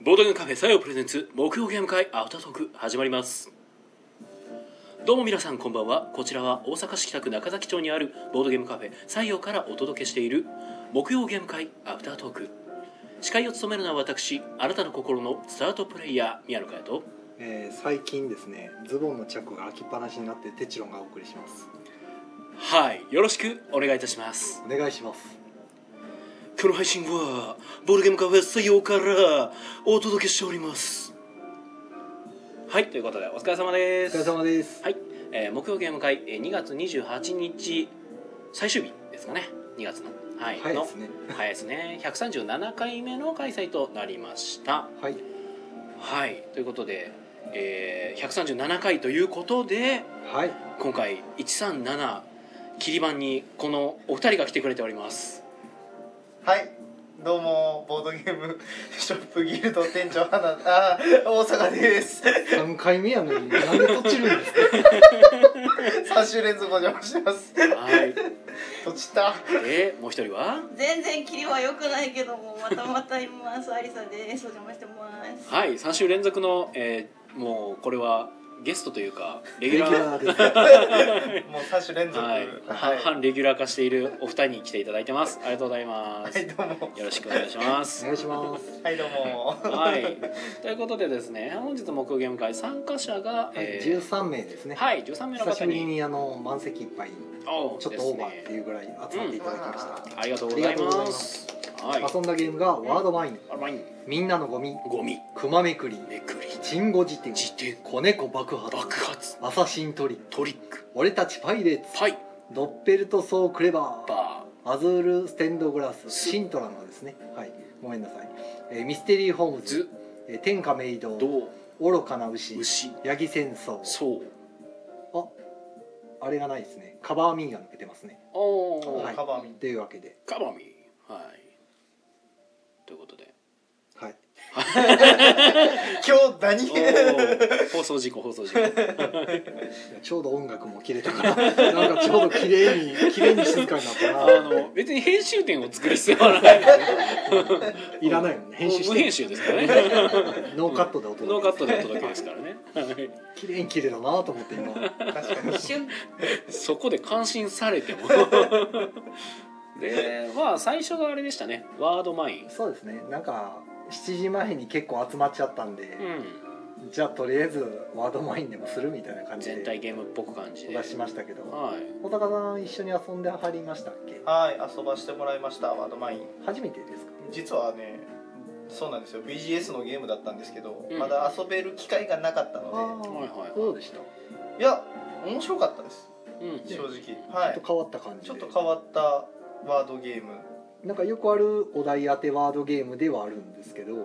ボードゲームカフェさよプレゼンツ木曜ゲーム会アフタートーク始まりますどうも皆さんこんばんはこちらは大阪市北区中崎町にあるボードゲームカフェ西洋からお届けしている木曜ゲーム会アフタートーク司会を務めるのは私あなたの心のスタートプレイヤー宮野佳代とえー最近ですねズボンのチャックが開きっぱなしになってテチロンがお送りしますはいよろしくお願いいたしますお願いしますこの配信はボードゲームカフェ採用からお届けしておりますはいということでお疲れ様おです疲れ様ですはい、えー、木曜ゲーム会えー2月28日最終日ですかね2月のはい早いのですね早いですね137回目の開催となりましたはいはいということで、えー、137回ということではい今回137切り板にこのお二人が来てくれておりますはいどうもボードゲーム ショップギルド店長花あー大阪です3回目や のになんでとちるんですか3週連続お邪魔してます はいとちったでもう一人は全然キリは良くないけどもまたまたいますありさですお邪魔してますはい3週連続の、えーもうこれはゲストというかレギレュギラューラーですもう3週連続はい、は反レギュラー化しているお二人に来ていただいてます。ありがとうございます。はいどうもよろしくお願いしますお。願いしますはいどうもはい、ということでですね、本日木曜ゲーム会参加者が、えー13名ですね、はい、13名の久し方ぶりに、にあの満席いっぱいおちょっとオーバーっでてすねいうぐらい集まっていただきました、ありがとうございありがとうございま。ますはい、遊んだゲームが「ワードマイン」あらまい「みんなのゴミ」ゴミ、 「熊めくり」めくり、 「チンゴ辞典」辞典「子猫爆破」爆発、アサシントリック」トリック、 「俺たちパイレーツ」パイ、ドッペルトソークレバーバアズールステンドグラスシントラのですねはいごめんなさい、えーミステリーホームー、ズず、えー天下明堂どう、愚かな牛牛、ヤギ戦争そう。ああれがないですねカバーミーが抜けてますねおー、はいカバーミというわけでカバミ、はい。ということで。はい今日何おー放送事故放送事故ちょうど音楽も切れたから なんかちょうど綺麗に綺麗に静かになったあ なの別に編集点を作る必要はないいらないもんね編集もう無編して集ですからねノーカットでお届けノーカットでお届けですからねはい綺麗に切れたなと思って今確かに一瞬そこで感心されてもでまあ最初があれでしたねワードマインそうですねなんか7時前に結構集まっちゃったんで、うんじゃあとりあえずワードマインでもするみたいな感じ全体でゲームっぽく感じで出しましたけどはい小高さん一緒に遊んではりましたっけはい遊ばしてもらいましたワードマイン初めてですかね実はねそうなんですよ BGS のゲームだったんですけど、うんまだ遊べる機会がなかったあのはいはいあどうでしたちでいや面白かったですうん正直ょはっいと変わった感じでちょっと変わったワードゲームなんかよくあるお題当てワードゲームではあるんですけど、うん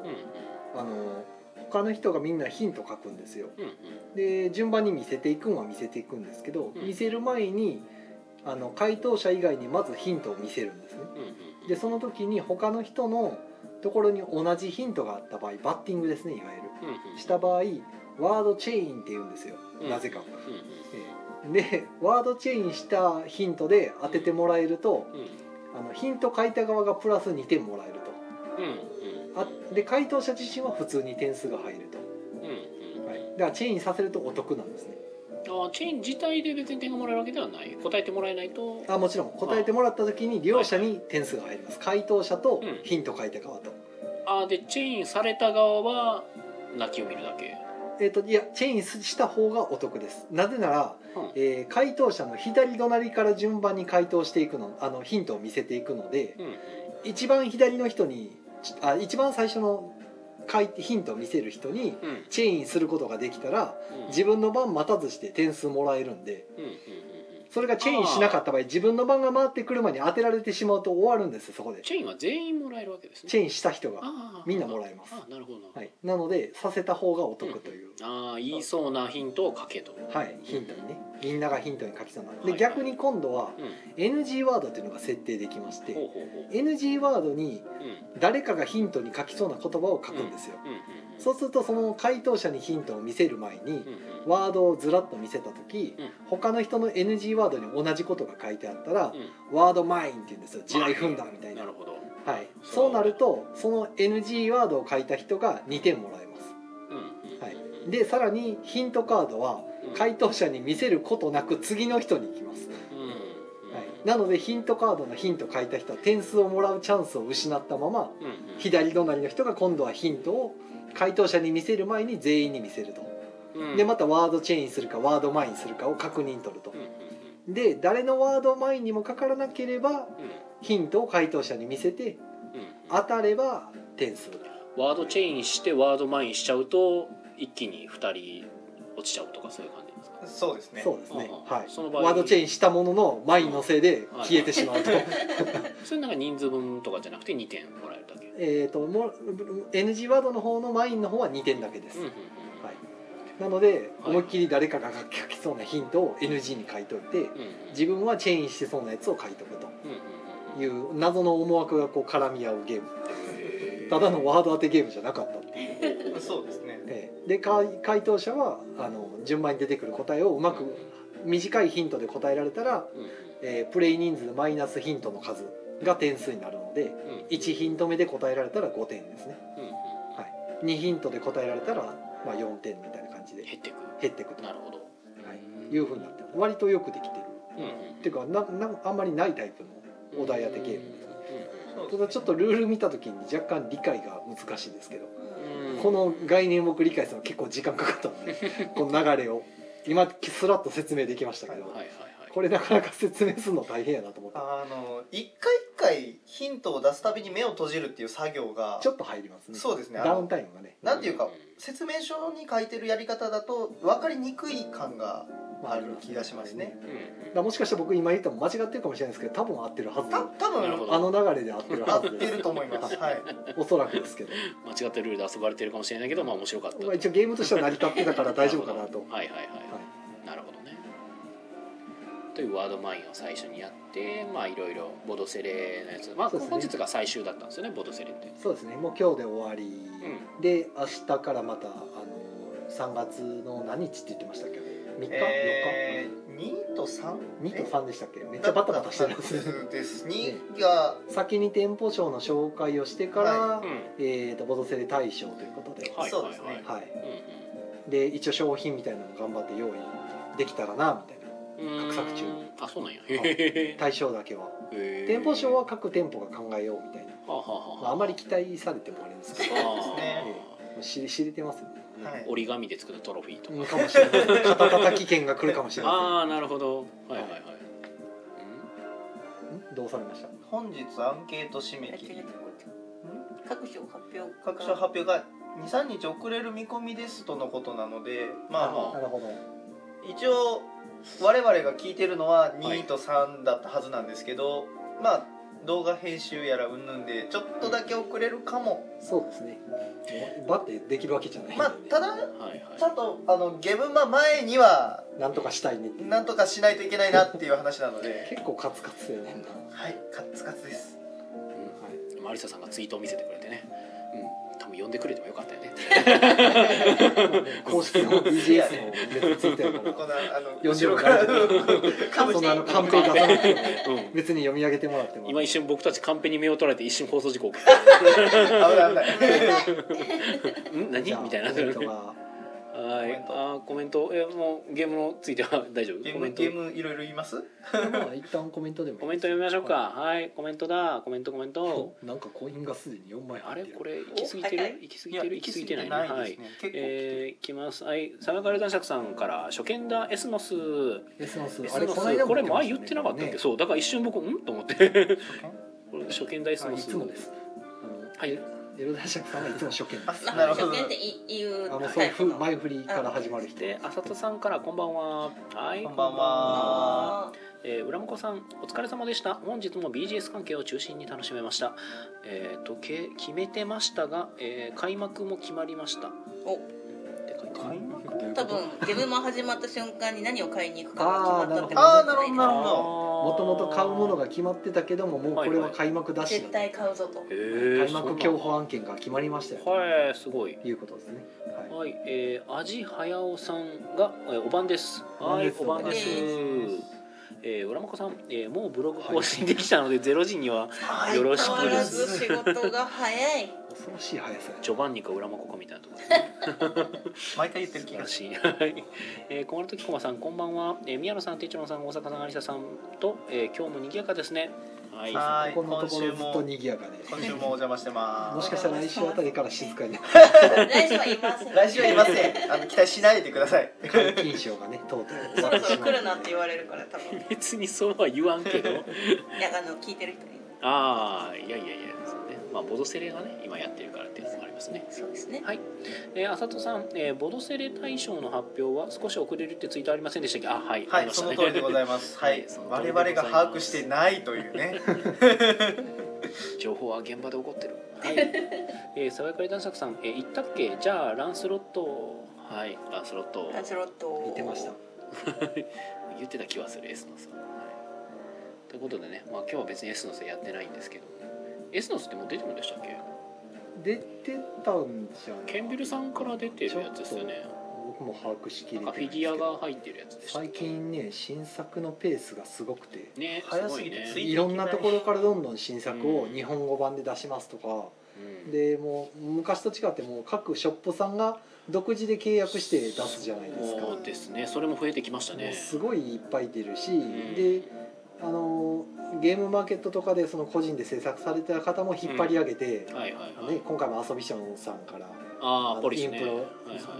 あの他の人がみんなヒント書くんですようんで順番に見せていくんは見せていくんですけど、うん見せる前にあの回答者以外にまずヒントを見せるんですねうんうんうんうんでその時に他の人のところに同じヒントがあった場合バッティングですねいわゆるうんした場合ワードチェインって言うんですようんなぜか、うんうんええでワードチェインしたヒントで当ててもらえるとうんあのヒント書いた側がプラス2点もらえるうんうんとあで回答者自身は普通に点数が入るうんうんと、はい、だからチェインさせるとお得なんですねあチェーン自体で別に点がもらえるわけではない答えてもらえないとあもちろん答えてもらった時に両者に点数が入ります回答者とうんヒント書いた側と,、あでチェインされた側は泣きを見るだけ、えっといやチェインした方がお得ですなぜならうんえー回答者の左隣から順番に回答していくのあのヒントを見せていくのでうん一番左の人にちあ一番最初の回ヒントを見せる人にうんチェインすることができたらうん、自分の番待たずして点数もらえるんでうんうんうんうんそれがチェインしなかった場合自分の番が回ってくる前に当てられてしまうと終わるんですよそこでチェインは全員もらえるわけですねチェイェインした人が、あーみんなもらえますあなるほど、はい、なのでさせた方がお得という、ああ言いそうなヒントを書けと、はい、ヒントにねみんながヒントに書きそうなはいはでい逆に今度はうん、 NG ワードというのが設定できまして、ほうほうほう NG ワードにうん誰かがヒントに書きそうな言葉を書くんですよ、うんそうするとその回答者にヒントを見せる前にうんうんうんワードをずらっと見せた時うん他の人の NG ワードに同じことが書いてあったらうん「ワードマイン」って言うんですよ地雷踏んだみたいななるほどはい、そうなるとその NG ワードを書いた人が2点もらえます、うんはうい、でさらにヒントカードはんうん回答者に見せることなく次の人に行きます、うんはい、なのでヒントカードのヒント書いた人は点数をもらうチャンスを失ったままうんうん左隣の人が今度はヒントを回答者に見せる前に全員に見せると、うんでまたワードチェインするかワードマインするかを確認取るとうんうんで誰のワードマインにもかからなければうんヒントを回答者に見せてうんうん当たれば点数ワードチェインしてワードマインしちゃうと一気に2人落ちちゃうとかそういう感じですかそうですねそうですね、ああはいその場合ワードチェインしたもののマインのせいで消えてしま うと、それなんか人数分とかじゃなくて2点もらえるだけえーともう NG ワードの方のマインの方は2点だけです、うんうんはい、なのではい思いっきり誰かが書き書きそうなヒントを NG に書いといてうんうん自分はチェインしてそうなやつを書いとくとうんうんうんいうんう謎の思惑がこう絡み合うゲームへーただのワード当てゲームじゃなかったっていうそうですねええでか回答者はあの順番に出てくる答えをうまうんく短いヒントで答えられたら、うんうんえープレイ人数マイナスヒントの数が点数になるのでうんうん1ヒント目で答えられたら5点ですねうんうん2ヒントで答えられたら、まあ、4点みたいな感じで減っていく減っていくと、なはるほどい、いうふうになってます割とよくできてるうんうんっていうかななあんまりないタイプのお題当てゲームですそうただちょっとルール見た時に若干理解が難しいですけどうんうんこの概念僕理解するの結構時間かかったんでこの流れを今すらっと説明できましたけど、はいはいはいこれなかなか説明するの大変やなと思ってあの一回一回ヒントを出すたびに目を閉じるっていう作業がちょっと入りますねそうですねダウンタイムがねなんていうか説明書に書いてるやり方だと分かりにくい感がまある気がしますねうんだからもしかして僕今言ったの間違ってるかもしれないですけど多分合ってるはずた多なるほ分どあの流れで合ってる合はっずてでると思いますはいおそらくですけど、間違ったルールで遊ばれてるかもしれないけどまあ面白かったとまあ、一応ゲームとしては成り立ってたから大丈夫かなとはいはいはい、なるほどねというワードマインを最初にやってまあいろいろボドセレのやつまあ、そうですね本日が最終だったんですよねボドセレってそうですねもう今日で終わり、で明日からまたあの3月の何日って言ってましたっけ3日、えー、2と 3? 4日2と3でしたっけめっちゃバタバタしてるんですです2が 先に店舗賞の紹介をしてから、うんえー、とボドセレ大賞ということで、はいそうはでいすねはい、はい、うで一応商品みたいなのも頑張って用意できたらなみたいなんうんうん画策中あそうなんや、いへ大賞だけはえ店舗賞は各店舗が考えようみたいな、はあはあまはあ、あまり期待されてもあれですけどそうですねもう知り知れてますよね、はい折り紙で作ったトロフィーとか、うんかもしれない肩叩き券が来るかもしれまああなるほどはいはいはい、せんんどうされました本日アンケート締めやって切るりとこ各賞発表各社発表が23日遅れる見込みですとのことなのでまあまなるほどあ一応我々が聞いてるのははい2と3だったはずなんですけど、まあ動画編集やらうんぬんでちょっとだけ遅れるかも、そうですねバッてできるわけじゃないんでまあね、ただうんはいはいちゃんとあのゲームマ前にはなんとかしたいねってなんとかしないといけないなっていう話なので結構カツカツやねんなはいカッツカツですうんマリサさんがツイートを見せてくれてね、うん、多分呼んでくれてもよかったよね。公式の BGS の別についてるかこのあの呼んでも後ろらからえるかぶらそしんなあのてカンペ出さなくてもうん、別に読み上げてもらって も今一瞬僕たちカンペに目を取られて一瞬放送事故起き危ない危ないた。 ん何じゃあみたいな。コメントがはい。あーコメントえもうゲームのついては大丈ゲ夫。ーコメンムトゲ。ームいろいろ言いますまあ一旦コメントでもいいコメント読みましょうか。はい。コメントだ。コメントコメン ト。なんかコインがすでに4枚あ入れってるこれ行き過ぎてお早いる？行き過ぎてる？行き過ぎてないね。行き過はぎいて。ないですね、えー、いきます。はい。サバカル男爵さんから初見だエスノス。エスノスエあスれノこスの間もこれ前言言っっててまなしかったよたっねけ、そうだから一瞬僕うんと思って。結構これ初見だエスあノいス。つもですあのはいエロ男爵さんはいつも初見ですあなるほど初見ってい言うあのそうタイプふの前振りから始まる人で、あさとさんからこんばんは。はい。こんばんはあえー、浦本さんお疲れ様でした本日も BGS 関係を中心に楽しめましたえっ、とけ決めてましたが、えー開幕も決まりましたおって書いてあ開る幕どういうこ多と分ゲームマ始まった瞬間に何を買いに行くかが決まったってことあーなるほどなるほどもともと買うものが決まってたけどももうこれは開幕だし絶対買うぞと開開幕競歩案件が決まりましたよとはいすごいいうことですねはいはいえー、アジはやおさんが、えー、おばんですおばんはでいすおばんですおばんですえー、浦真子さん、えー、もうブログ更新できたので、ゼロ時にはよろし変わくでらすず仕事が早い。恐ろしい速さやジョバンニか浦真子かみたいなと ころ毎回言ってる素晴気がらししい。はいえー、小丸時駒さん、こんばんは。えー、宮野さん、ていちろさん、大阪さん、有沙さんと、えー、今日も賑やかですね。はい。はここのところずっと賑やか今で週もお邪魔してまもすしかしたら来週あたりから静かに来週はいません。来週はいませんあの期待しないでください皆勤賞がねとうとう終そわっろてそしろまう来るなって言われるから多分。い別にそうは言わんけど。やあの聞いてる人に。ああ、いやいやいや、そうね。まあ、ボドセレがね、今やってるからっていうのもありますね。そうですね。はい、えー、あさとさん、えー、ボドセレ大賞の発表は少し遅れるってツイートありませんでしたっけあ、はい、あはりいましそたのね通りでございますははいいその通我りで々ございまがす把握してないというね 情報は現場で起こって る。はい。えー、爽やかり男爵さん、えー、行ったっけ？じゃあランスロット。はい、ランスロット。ランスロット。見てました。言ってた気はする S のさん。はい。ということでね、まあ今日は別に S のせやってないんですけど、S のせってもう出てるんでしたっけ？出てたんじゃんケンビルさんから出てるやつですよね。僕も把握しきなれんてかないフィですギけュどアが入ってるやつでしたっけ。最近ね新作のペースがすごくてね、早ごすいぎてねつ。いいろんなところからどんどん新作を日本語版で出しますとか、うんでもう昔と違ってもう各ショップさんが独自で契約して出すじゃないですか、そうですね。それも増えてきましたもうね。すごいいっぱい出るし、うんであのゲームマーケットとかでその個人で制作されてた方も引っ張り上げて、はいはいはい。ね、今回も遊びションさんからあああのポリイスンね。プロ、はいムは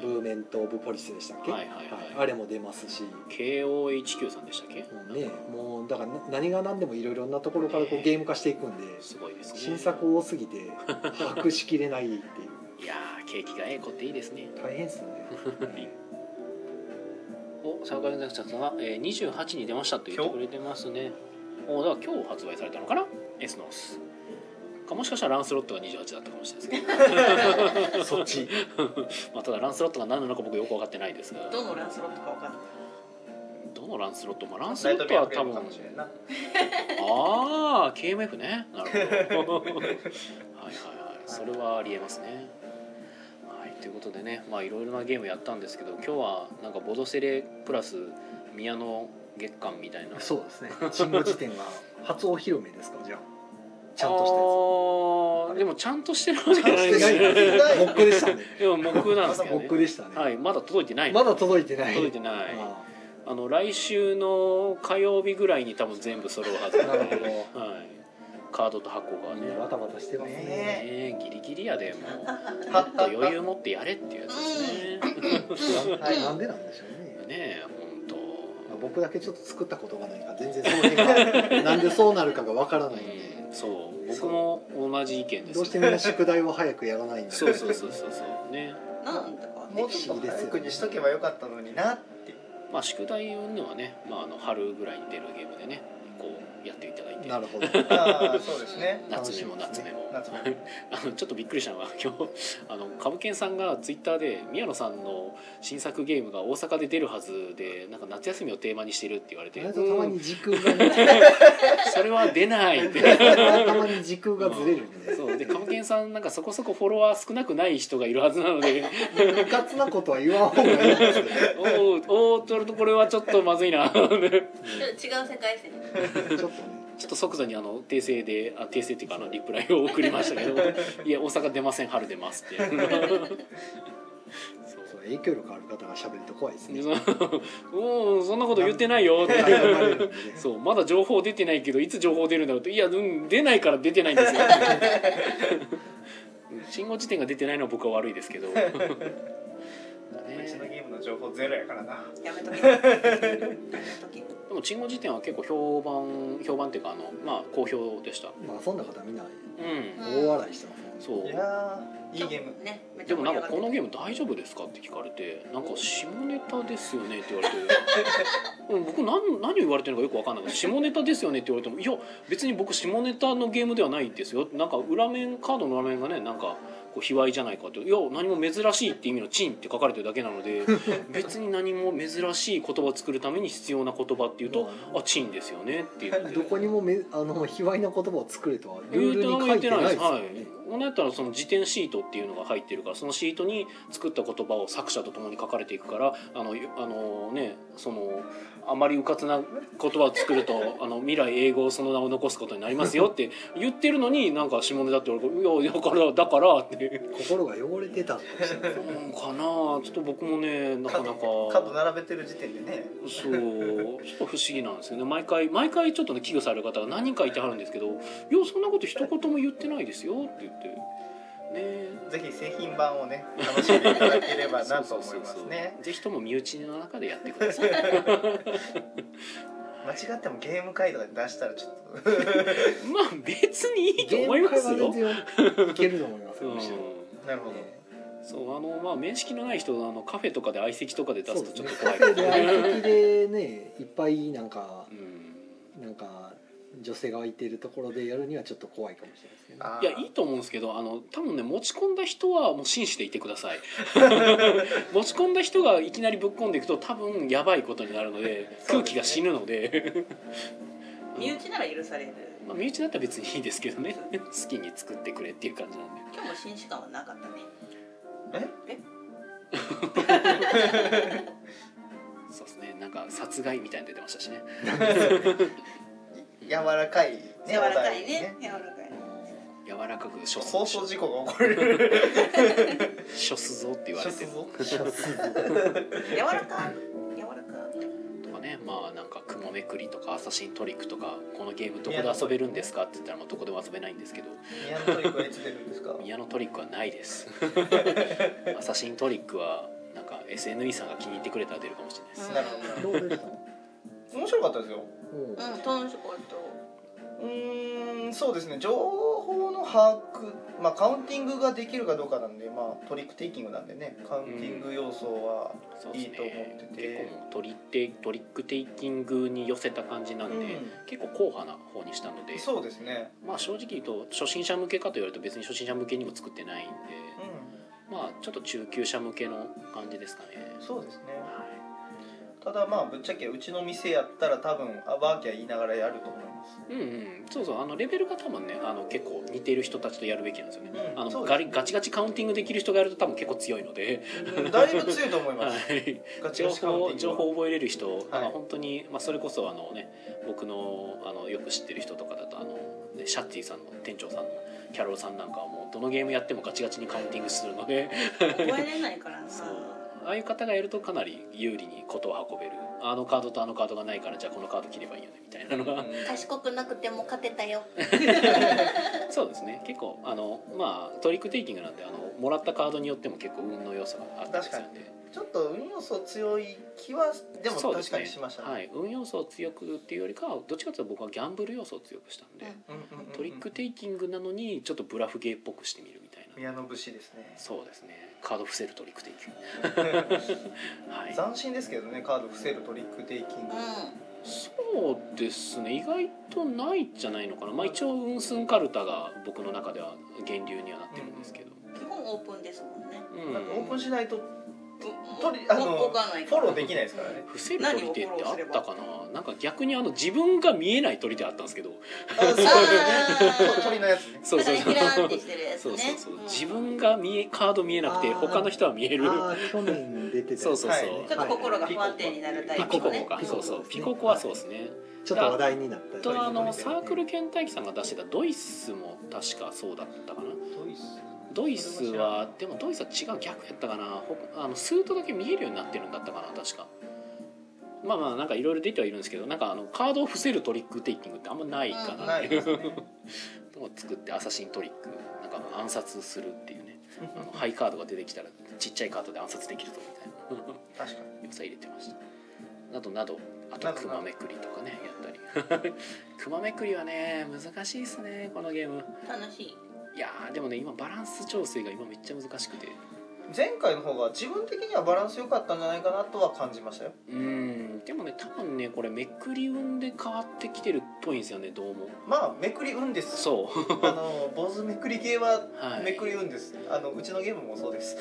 ーブメント・オブ・ポリスでしたっけ、はいはいはいあれも出ますし。い。KOHQ さんでしたっけ？もうね、もうだからな何が何でもいろいろなところからこねうゲーム化していくんで、すごいですね。新作多すぎて把握しきれないっていういやー景気がええ子っていいですね大変ですねおサーカルザクさんが、えー、28に出ましたと言ってくれてますねおだから今日発売されたのかな S ノースかもしかしたらランスロットが28だったかもしれないです そっちけど、 まあ、ただランスロットが何なのか僕よく分かってないですがどのランスロットかわかんない。どのランスロット、まあ、ランスナロッイトトビアはフレ多ーム分かもしれんなああ KMF ねなるほどはいはいはいそれはありえますねはいということでねまあいろいろなゲームやったんですけど今日はなんかボドセレプラス宮野月間みたいなそうですね新語辞典は初お披露目ですかじゃあちゃんあとーでもちゃんとしてるわけじゃないしでたすやつねしてないモックでしたねでも木なんですけどモねックでしたね、はいまだ届いてないのまだ届いてない届いてないああの来週の火曜日ぐらいに多分全部揃うはずーなるほどはいカードと箱がみんねなバタバタしてますねねねえギリギリやでもうもっと余裕持ってやれっていうやつですね。はいなんでなんでしょうねねえ本当。まあ僕だけちょっと作ったことがないから全然その辺 がなんでそうなるかがわからないんで、うんそう僕も同じ意見です。どうしてみんな宿題を早くやらないんだそうそうそうそうそうね。なんだか。もうちょっと早くにしとけばよかったのになってまあ宿題にはねまああの春ぐらいに出るゲームでねこうやっていただいて。なるほどああそうですね夏目も楽夏しみです目ねも夏目 あのちょっとびっくりしたのは今日あの株券さんがツイッターで宮野さんの新作ゲームが大阪で出るはずでなんか夏休みをテーマにしてるって言われてあれとたまうんに時空がね、それは出ないってたまに時空がずれるんでそうでカムケンさんなんかそこそこフォロワー少なくない人がいるはずなので うかつなことは言わん方がいいんですけどおーおーちょっとこれはちょっとまずいな ちょちょっと違う世界線。ちょっとねっと即座にあの訂正であ訂正っていうかあのリプライを送りましたけど 「いや大阪出ません春出ます」って そそう影響力ある方が喋ると怖いですね うおーそんなこと言って ないよって悩まれるんでねそうまだ情報出てないけどいつ情報出るんだろうっていや、うん、出ないから出てないんですよ うん信号地点が出てないのは僕は悪いです けどねうちのゲームの情報ゼロやからなやめと け。やめとけ。でもチンゴ辞典は結構評判評判っていうかあのまあ好評でしたまあそんな方みんなうん大笑いしてますねそいうやーいいゲームね。めっちでゃも盛なりんか上がってるこのゲーム大丈夫ですかって聞かれてなんか下ネタですよねって言 われてうん僕何何を言われてるのかよく分かんなくて下ネタですよねって言われてもいや別に僕下ネタのゲームではないですよなんか裏面カードの裏面がねなんかこう卑猥じゃないかっていや何も珍しいって意味のチンって書かれてるだけなの で別に何も珍しい言葉を作るために必要な言葉っていうとあチンですよねっていうのでどこにもめあの卑猥な言葉を作れとはルールに書いてないですよねはいなんだったらその辞典シートっていうのが入ってるからそのシートに作った言葉を作者とともに書かれていくからあのよあのねそのあまりうかつな言葉を作るとあの未来英語をその名を残すことになりますよって言ってるのになんか下ネタって俺がいやだからだからって心が汚れ てたんですよねうんかなちょっと僕もねなかなか角角並べてる時点でねそうちょっと不思議なんですよね毎回毎回ちょっとね危惧される方が何人かいてはるんですけど「いやそんなこと一言も言ってないですよ」って言ってねえぜひ製品版をね楽しんでいただければなと そう思いますねそうそうそうぜひとも身内の中でやってください間違ってもゲーム会とかで出したらちょっとまあ別にいいとゲー思いムま会すはよ全、然いけると思いますうよんむしろ、なるほどねそうあのまあ面識のない人あのカフェとかで相席とかで出そうすでとすちょねっとカ怖いフかェらでね相席でねいっぱいなんかうんなんか女性がいてるところでやるにはちょっと怖いかもしれないですけど、ね、 あーいやいいと思うんですけどあの多分ね持ち込んだ人はもう信じていてくださ い持ち込んだ人がいきなりぶっこんでいくと多分やばいことになるので そうですね空気が死ぬので身内なら許される まあ身内だったら別にいいですけどね 好きに作ってくれっていう感じなんで今日も紳士感はなかったねえそうですねなんか殺害みたいなの出てましたしね柔らかいね柔らかいお題ね柔らかい柔らかく「しょす放送事故が起こるしょすぞ」って言われ てる柔らかい柔らかいとかねまあなんか「雲めくり」とか「アサシントリック」とか「このゲームどこで遊べるんですか?」って言ったらまあどこでも遊べないんですけど宮野トリックはいつ出るんですか宮のトリックはないです アサシントリックはなんか SNE さんが気に入ってくれたら出るかもしれないですなるほどうでした面白かったですよ うんうん楽しかっうーんそうですね情報の把握、まあ、カウンティングができるかどうかなんで、まあ、トリックテイキングなんでねカウンティング要素は、そうですねいいと思ってて結構もうトリテトリックテイキングに寄せた感じなんで、うん結構硬派な方にしたのでそうですね、まあ正直言うと初心者向けかと言われると別に初心者向けにも作ってないんで、うまあちょっと中級者向けの感じですかねん、そうですねはただまあぶっちゃけうちの店やったら多分あワーキャー言いながらやると思いますいうんうんそうそうあのレベルが多分ねあの結構似ている人たちとやるべきなんですよね、うんあそのうでガすリガチガチカウンティングできる人がやると多分結構強いので、 うんだいぶ強いと思いはますい、ガチ情ガチカウン報ティングは情報を覚えれる人、あの本当に、まあ、それこそあの、ね、僕のあのよく知ってる人とかだとあの、ね、シャッティさんの店長さんのキャロルさんなんかはもうどのゲームやってもガチガチにカウンティングするの でた覚えれないから なそうああいう方がやるとかなり有利にことを運べるあのカードとあのカードがないからじゃあこのカード切ればいいよねみたいな のが、賢くなくても勝てたよそうですね結構あの、まあ、トリックテイキングなんであのもらったカードによっても結構運の要素があったりするんで。ちょっと運要素強い気はでもそう確すかにしましたねはい、運要素を強くっていうよりかはどっちかというと僕はギャンブル要素を強くしたんで、うんうんうんうんトリックテイキングなのにちょっとブラフゲーっぽくしてみるみたいな、宮野節ですねそうですねカード伏せるトリックテイキン グはい斬新ですけどねカード伏せるトリックテイキング、うそうですね意外とないんじゃないのかなまあ一応ウンスンカルタが僕の中では源流にはなってるんですけど、ん基本オープンですもんねうんなんかオープンしないととりうあのもう動かないフかォらローできないですからね伏せる取り手ってあったかななんか逆にあの自分が見えない取り手あったんですけどあそうあー鳥のやつねそうそうキラーンってしてるやつそうねそうそう、ん自分が見えカード見えなくてあー他の人は見えるああ去年出てたやつそうそうそう、はいちょっと心が不安定になるタイピプココのか、ねピココそうですそねうピココはそうですね、ちょっと話題になったあとあやのつサークルケンタイキさんが出してたドイスも確かそうだったかなドイスはでもドイスは違う逆やったかなほあのスートだけ見えるようになってるんだったかな確かまあまあなんかいろいろ出てはいるんですけどなんかあのカードを伏せるトリックテイキングってあんまないかな、ないですねを作ってアサシントリックなんか暗殺するっていう ねあのハイカードが出てきたらちっちゃいカードで暗殺できるぞみたいな確か要素は入れてましたなどなどあとなどなどクマめくりとかねやったり クマめくりはね難しいですねこのゲーム楽しいいやーでもね今バランス調整が今めっちゃ難しくてに前回の方が自分的にはバランス良かったんじゃないかなとは感じましたようーんでもね多分ねこれめくり運で変わってきてるっぽいんですよねどうもまあめくり運ですそう あの坊主めくり系ははいめくり運です、あのうちのゲームもそうです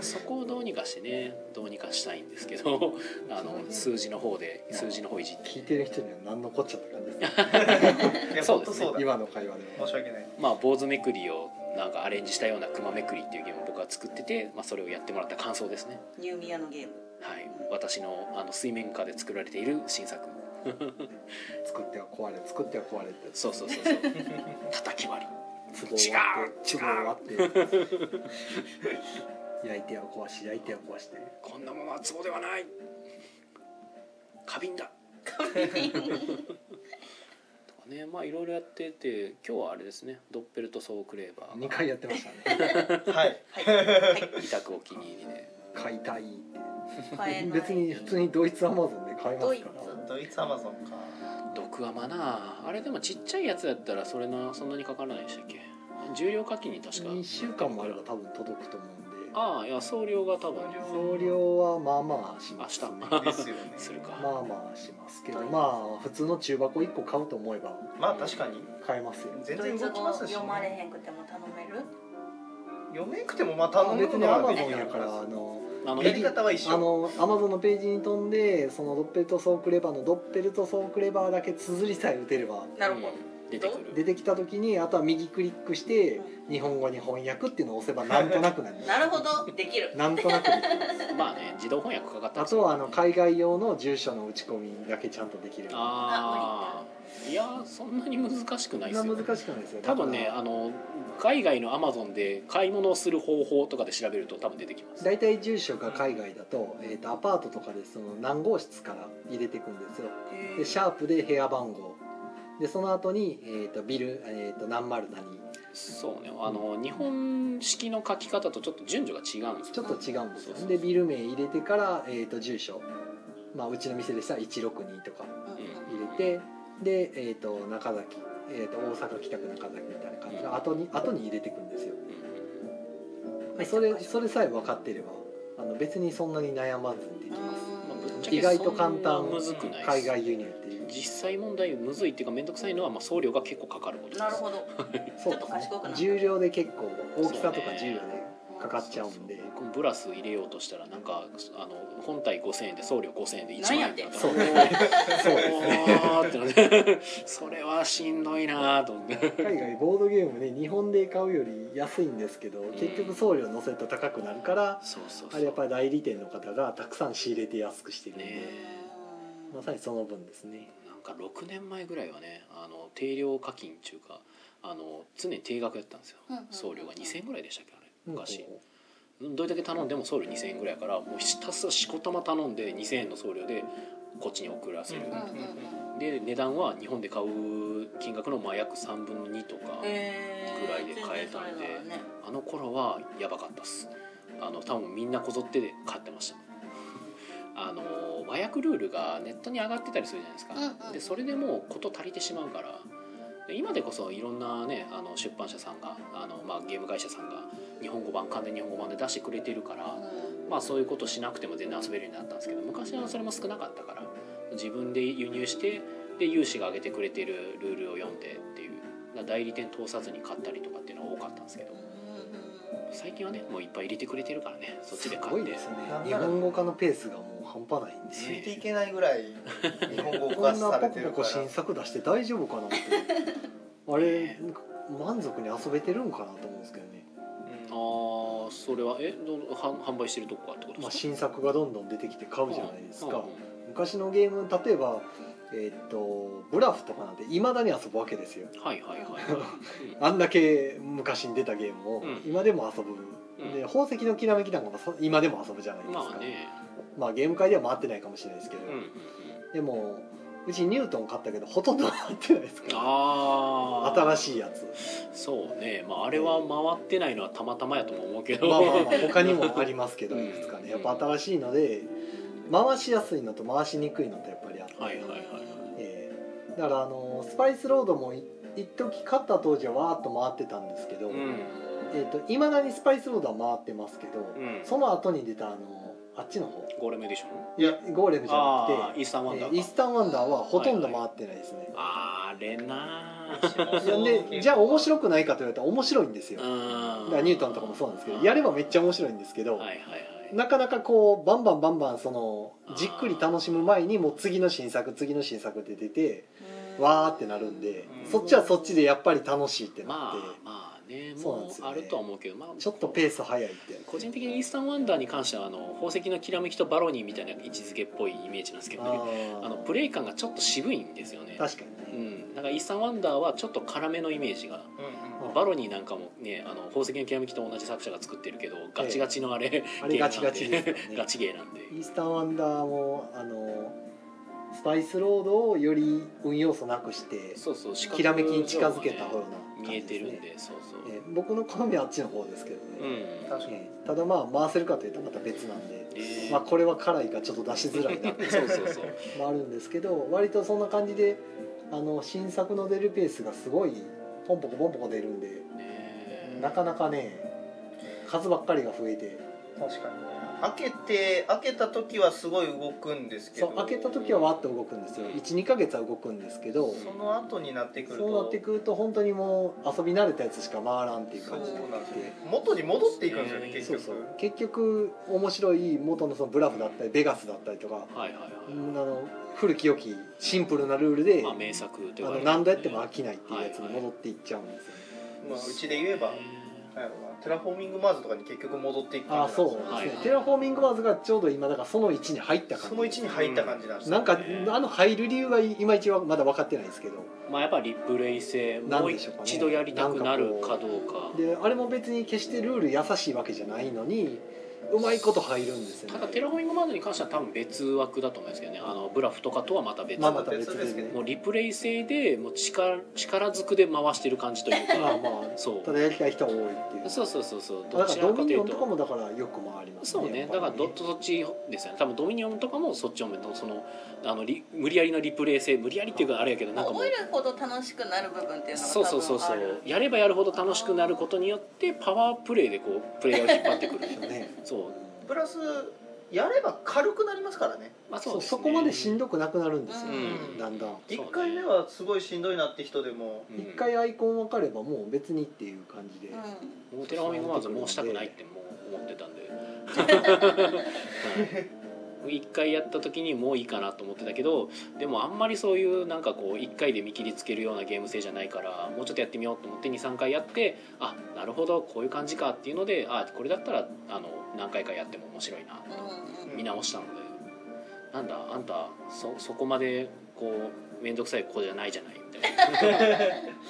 そこをどうにかしてねどうにかしたいんですけ どあの数字の方で数字の方いじって聞いてる人には何のこっちゃって感じですねいやそう本で当すねそうだ今の会話で申し訳ないまあ坊主めくりをなんかアレンジしたような「熊めくり」っていうゲームを僕は作ってて、まあ、それをやってもらった感想ですねニューミヤのゲームはい私のあの水面下で作られている新作作っては壊れ作っては壊れってそうそうそうそう 叩き割壺り違うを割って壺を割って焼いては壊し焼いては壊してこんなものはツボではない花瓶だ とかねまあいろいろやってて今日はあれですねドッペルとソークレーバ2ー回やってましたね はいはいはい委託お気に入りで買いたいって買えない別に普通にドイツアマゾンで買えますからドイドイツアマゾンか毒アマなああれでもちっちゃいやつだったらそれなそんなにかからないでしたっけ重量課金に確か2週間もあれば多分届くと思うんでああいや送料が多分送料はまあまあしますねあまですよねするか、あまあしますけどまあ普通の中箱1個買うと思えばまあ確かに買えますよ全ドイ然ツ動き語ますし、ね、読まれへんくても頼める読めんくてもまあ頼む別にのアはマでゾきンるやからあのあのやねり方は一あ緒のアマゾンのページに飛んでそのドッペルトソークレバーのドッペルトソークレバーだけ綴りさえ打てればなるほど、うん出てくる出てきた時にあとは右クリックして日本語に翻訳っていうのを押せばなんとなくな りますなるほどできるなんとなくできますまあね自動翻訳かかったあとはあの海外用の住所の打ち込みだけちゃんとできればああいやそんなに難しくないですそんよな難しくないですよ多分ねだかあの海外のアマゾンで買い物をする方法とかで調べると多分出てきまらす大体住所が海外だと,、えー、とアパートとかでその何号室から入れていくんですよでシャープで部屋番号でその後に、えー、とビル、えー、と何丸何そうねあの日本式の書き方とちょっと順序が違うんですよちょっと違うんですそうそうそようでビル名入れてから、えー、と住所、まあ、うちの店でしたら162とかうんうん入れてで、えー、と中崎、えー、と大阪北区中崎みたいな感じで後に後に入れていくんですよめっちゃそれ賢いそれさえ分かってればあの別にそんなに悩まずにできますまあぶっちゃうけ意外と簡単そんなむずくないです海外輸入っていう実際問題むずいっていうか面倒くさいのはまあ送料が結構かかることでんすなるほどそうちょっと賢くなった重量で結構大きさとかそうね重量でかかっちゃうんでこのブラス入れようとしたらなんかあの本体5000円で送料5000円で1なん万や円ってだったそう そうおーってなってそれはしんどいなと思って海外ボードゲームね日本で買うより安いんですけど結局送料乗せると高くなるからそうそうあそうれやっぱり代理店の方がたくさん仕入れて安くしてるんで、ねうんまさにその分ですねなんか6年前ぐらいはねあの定量課金っていうかあの常に定額やったんですようんうんうんうん送料が2000円ぐらいでしたっけあれ昔うんどれだけ頼んでも送料2000円ぐらいやからもうひたすらしこたま頼んで2000円の送料でこっちに送らせる、うんうんうんうんで値段は日本で買う金額のまあ約3分の2とか、へーぐらいで買えたんで全然それならねあの頃はやばかったっすあの多分みんなこぞって買ってました あの和訳ルールがネットに上がってたりするじゃないですか、うんうんでそれでもう事足りてしまうからで今でこそいろんなねあの出版社さんがあの、まあ、ゲーム会社さんが日本語版完全日本語版で出してくれてるから、うんまあ、そういうことしなくても全然遊べるようになったんですけど昔はそれも少なかったから自分で輸入してで融資が上げてくれてるルールを読んでっていうだから代理店通さずに買ったりとかっていうのが多かったんですけどうん最近はねもういっぱい入れてくれてるからねそっちです買ごっいてですねなん日なら本語化のペースがもう半端ないんですつよいていけないぐらい日本語こ化んなさポれてコるポかコら新作出して大丈夫かなってあれ満足に遊べてるんかなと思うんですけどね、あーそれはえどの販販売してるとこかってことまあ、ですか、新作がどんどん出てきて買うじゃないですうんかうんうん昔のゲーム例えばえーっとブラフとかなんていまだに遊ぶわけですよはいはい はいはい、うんあんだけ昔に出たゲームをうん今でも遊ぶ、うんで宝石のきらめきなんかもそ今でも遊ぶじゃないですか、まあねまあゲーム界では回ってないかもしれないですけど、うんうんうんでもうちニュートン買ったけどほとんど回ってないですからああ新いしいやつそうねまああれは回ってないのはたまたまやとも思うけど、まあまあまあ他にもありますけどうんいくつかねやっぱ新しいので回しやすいのと回しにくいのとやっぱりあって、はいはいはいはいええだからあのスパイスロードもい一時買った当時はわーっと回ってたんですけどいま、えーと未だにスパイスロードは回ってますけど、うんその後に出たあのあっちの方ゴーレムエディションいやゴーレムじゃなあくーてイースタンワンダーえーイかスタンワンダーはほとんど回ってないですね、あれなあいやでじゃあ面白くないかと言われたら面白いんですよだかうんらニュートンとかもそうなんですけどやればめっちゃ面白いんですけど、はいはいはいなかなかこうバンバンバンバンそのじっくり楽しむ前にもう次の新作次の新作って出てうんわーってなるんでうんそっちはそっちでやっぱり楽しいってなまあっまあねそうなんもですうよねあるとは思うけど、まあ、ちょっとペース早いってやつ個人的にイースタンワンダーに関してはあの宝石のきらめきとバロニーみたいな位置づけっぽいイメージなんですけどねああののプレイ感がちょっと渋いんですよね確かにうね、ん、なんかイースタンワンダーはちょっと辛めのイメージがうんバロニーなんかもねあの宝石のきらめきと同じ作者が作ってるけどガチガチのあれ、あれガチガチですよね ガチゲーなんでイースタンワンダーもあのスパイスロードをより運要素なくしてそうそう視覚きらめきに近づけた方上もなね感じ見えてるんねでそうそう、えー僕の好みはあっちの方ですけどね、うん確かにえーただまあ回せるかというとまた別なんで、えーまあ、これは辛いかちょっと出しづ らいなってそうそうそうもあるんですけど割とそんな感じであの新作の出るペースがすごいポンポコポンポコ出るんでねなかなかね数ばっかりが増えて確かにね開けて開けた時はすごい動くんですけそどう開けた時はわっと動くんですよ12ヶ月は動くんですけどその後になってくるとそうなってくると本当にもう遊び慣れたやつしか回らんっていうそ感うじにななんっですてきてよね元に戻っていくんですよねえー結そう局そう結局面白い元のそのブラフだったりベガスだったりとか、はいはいはい、うんあの古き良きシンプルなルールで、まあ名作といあうか、の何度やっても飽きないっていうやつに戻っていっちゃうんですよね、まあうちで言えばなんやろうなテラフォーミングマーズとかに結局戻っていくあ感あじそうですなんね、ではすよいはいテラフォーミングワーズがちょうど今だからその位置に入った感じその位置に入った感じなんですよなんかあの入る理由がいまいちはまだ分かってないですけどまあやっぱリプレイ性なんもうでしょうかね一度やりたくなるかどうかであれも別に決してルール優しいわけじゃないのにうまいこと入るんですよたねだテラフォーミングマードに関しては多分別枠だと思うんですけどねあのブラフとかとはまた別、まあだまた別でねもうリプレイ性でもう力力ずくで回してる感じというかまあまあそうただやりたい人は多いっていうそうそうそうそうだどかちららドかとミニいオうンとかともだからよく回りますそうねやっぱだりからどっとそっちですよね多分ドミニオンとかもそっちをめそのあのリ無理やりのリプレイ性無理やりっていうかあれやけどなんかもう覚えるほど楽しくなる部分っていうのがそうそうそう多分そあるうやればやるほど楽しくなることによってパワープレイでこうプレイヤーを引っ張ってくるねそうプラスやれば軽くなりますからねまあそそううですねそこまでしんどくなくなるんですよ、うんだんだんそうね1回目はすごいしんどいなって人でもうん一、回アイコン分かればもう別にっていう感じで、うもうテラフォーミングマーズもうしたくないってもう思ってたんで はい一回やった時にもういいかなと思ってたけどでもあんまりそういうなんかこう一回で見切りつけるようなゲーム性じゃないからもうちょっとやってみようと思って23回やってあなるほどこういう感じかっていうのであこれだったらあの何回かやっても面白いなんうんうん見直したのでなんだあんたそそこまでこう面倒くさい子じゃないじゃないみたい な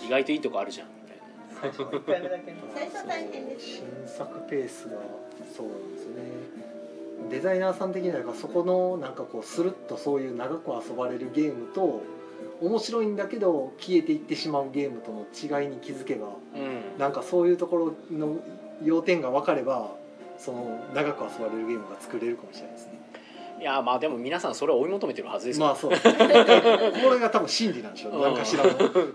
意外といいとこあるじゃんみたいな。最初の1回目だけ最初大変です新作ペースがそうなんですねデザイナーさん的にはだからそこのなんかこうスルッとそういう長く遊ばれるゲームと面白いんだけど消えていってしまうゲームとの違いに気づけばうんなんかそういうところの要点が分かればその長く遊ばれるゲームが作れるかもしれないですねいやまあでも皆さんそれを追い求めてるはずですよ、まあそう ですねこれが多分真理なんでしょうねなんかしらの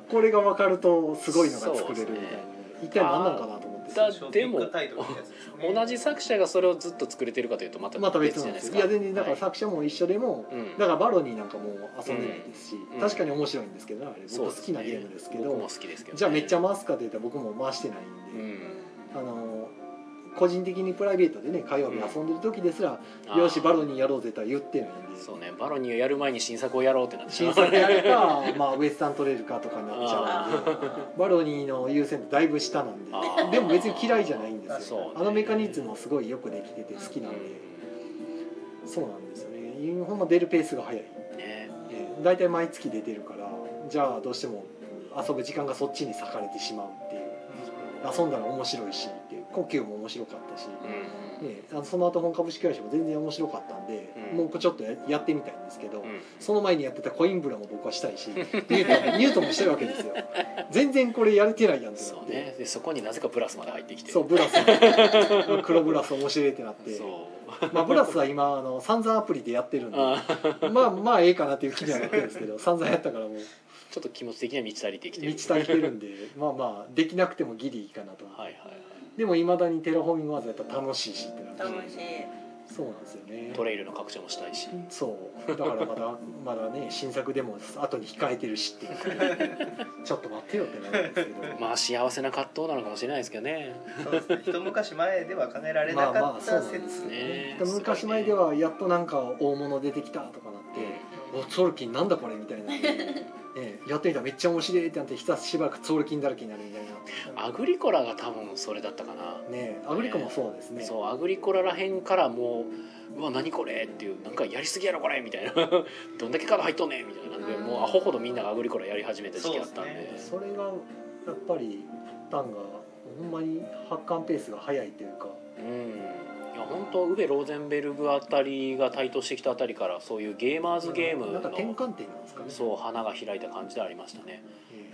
これが分かるとすごいのが作れるみたいな、一体何なのかなと思ってだでもビッグタイトルってやつですね同じ作者がそれをずっと作れてるかというとまたまた別別じゃなんないでですすよかいや全然だからはい作者も一緒でも、うんだからバロニーなんかも遊んでないですし、ん確かに面白いんですけどねあれそう僕好きなゲームですけど僕も好きですけど、じゃあめっちゃ回すかというと僕も回してないんうで、んあの個人的にプライベートでね火曜日遊んでる時ですら「あーよしバロニーやろうぜ」とは言ってないんでそうねバロニーをやる前に新作をやろうってなってしま新う作やるか、まあ、ウエスタントレールかとかになっちゃうんであバロニーの優先度だいぶ下なんであーでも別に嫌いじゃないんですそうねよあのメカニズムもすごいよくできてて好きなんで、そうなんですよねほんま出るペースが早いうんねえー大体毎月出てるからじゃあどうしても遊ぶ時間がそっちに割かれてしまうっていう遊んだら面白いしっていう呼吸も面白かったし、うねんえ、あのその後本株式会社も全然面白かったんで、うんもうちょっとややってみたいんですけうど、んその前にやってたコインブラも僕はしたいしニュートンニュートンもしてるわけですよ全然これやれてないやんってなそっうてねでそこになぜかブラスまで入ってきてそうブラス 黒ブラス面白いってなってそうまあブラスは今あの散々アプリでやってるん であーまあまあええかなっていう気にはなってるんですけど散々やったからもうちょっと気持ち的には満ち足りてきてる満ち足りてるんでまあまあできなくてもギリいいかなと、はいはいはいでもいまだにテラフォーミングワーズやったら楽しいしって なって楽しいそうなんですよねトレイルの拡張もしたいしそうだからまだまだね新作でも後に控えてるしっ ていうちょっと待ってよってなるんですけどまあ幸せな葛藤なのかもしれないですけどねそうですね一昔前では叶えられなかったそうなんです説ねでも昔前ではやっとなんか大物出てきたとかなって「おツォルキン なんだこれ」みたいな、ね、やってみたらめっちゃ面白いってなってひたすらしばらくツォルキンだらけになるみたいなアグリコラが多分それだったかな、ねアグリコもそうですねそうアグリコラらへんからもううわ何これっていうなんかやりすぎやろこれみたいな どんだけカード入っとんねんみたいなんでうんもうアホほどみんながアグリコラやり始めた時期あったんでそうでそれがやっぱりタンがほんまに発汗ペースが速いというかうんいや本当ウベ・ローゼンベルグあたりが台頭してきたあたりからそういうゲーマーズゲームなんか転の換点なんですかねそう花が開いた感じでありましたねえ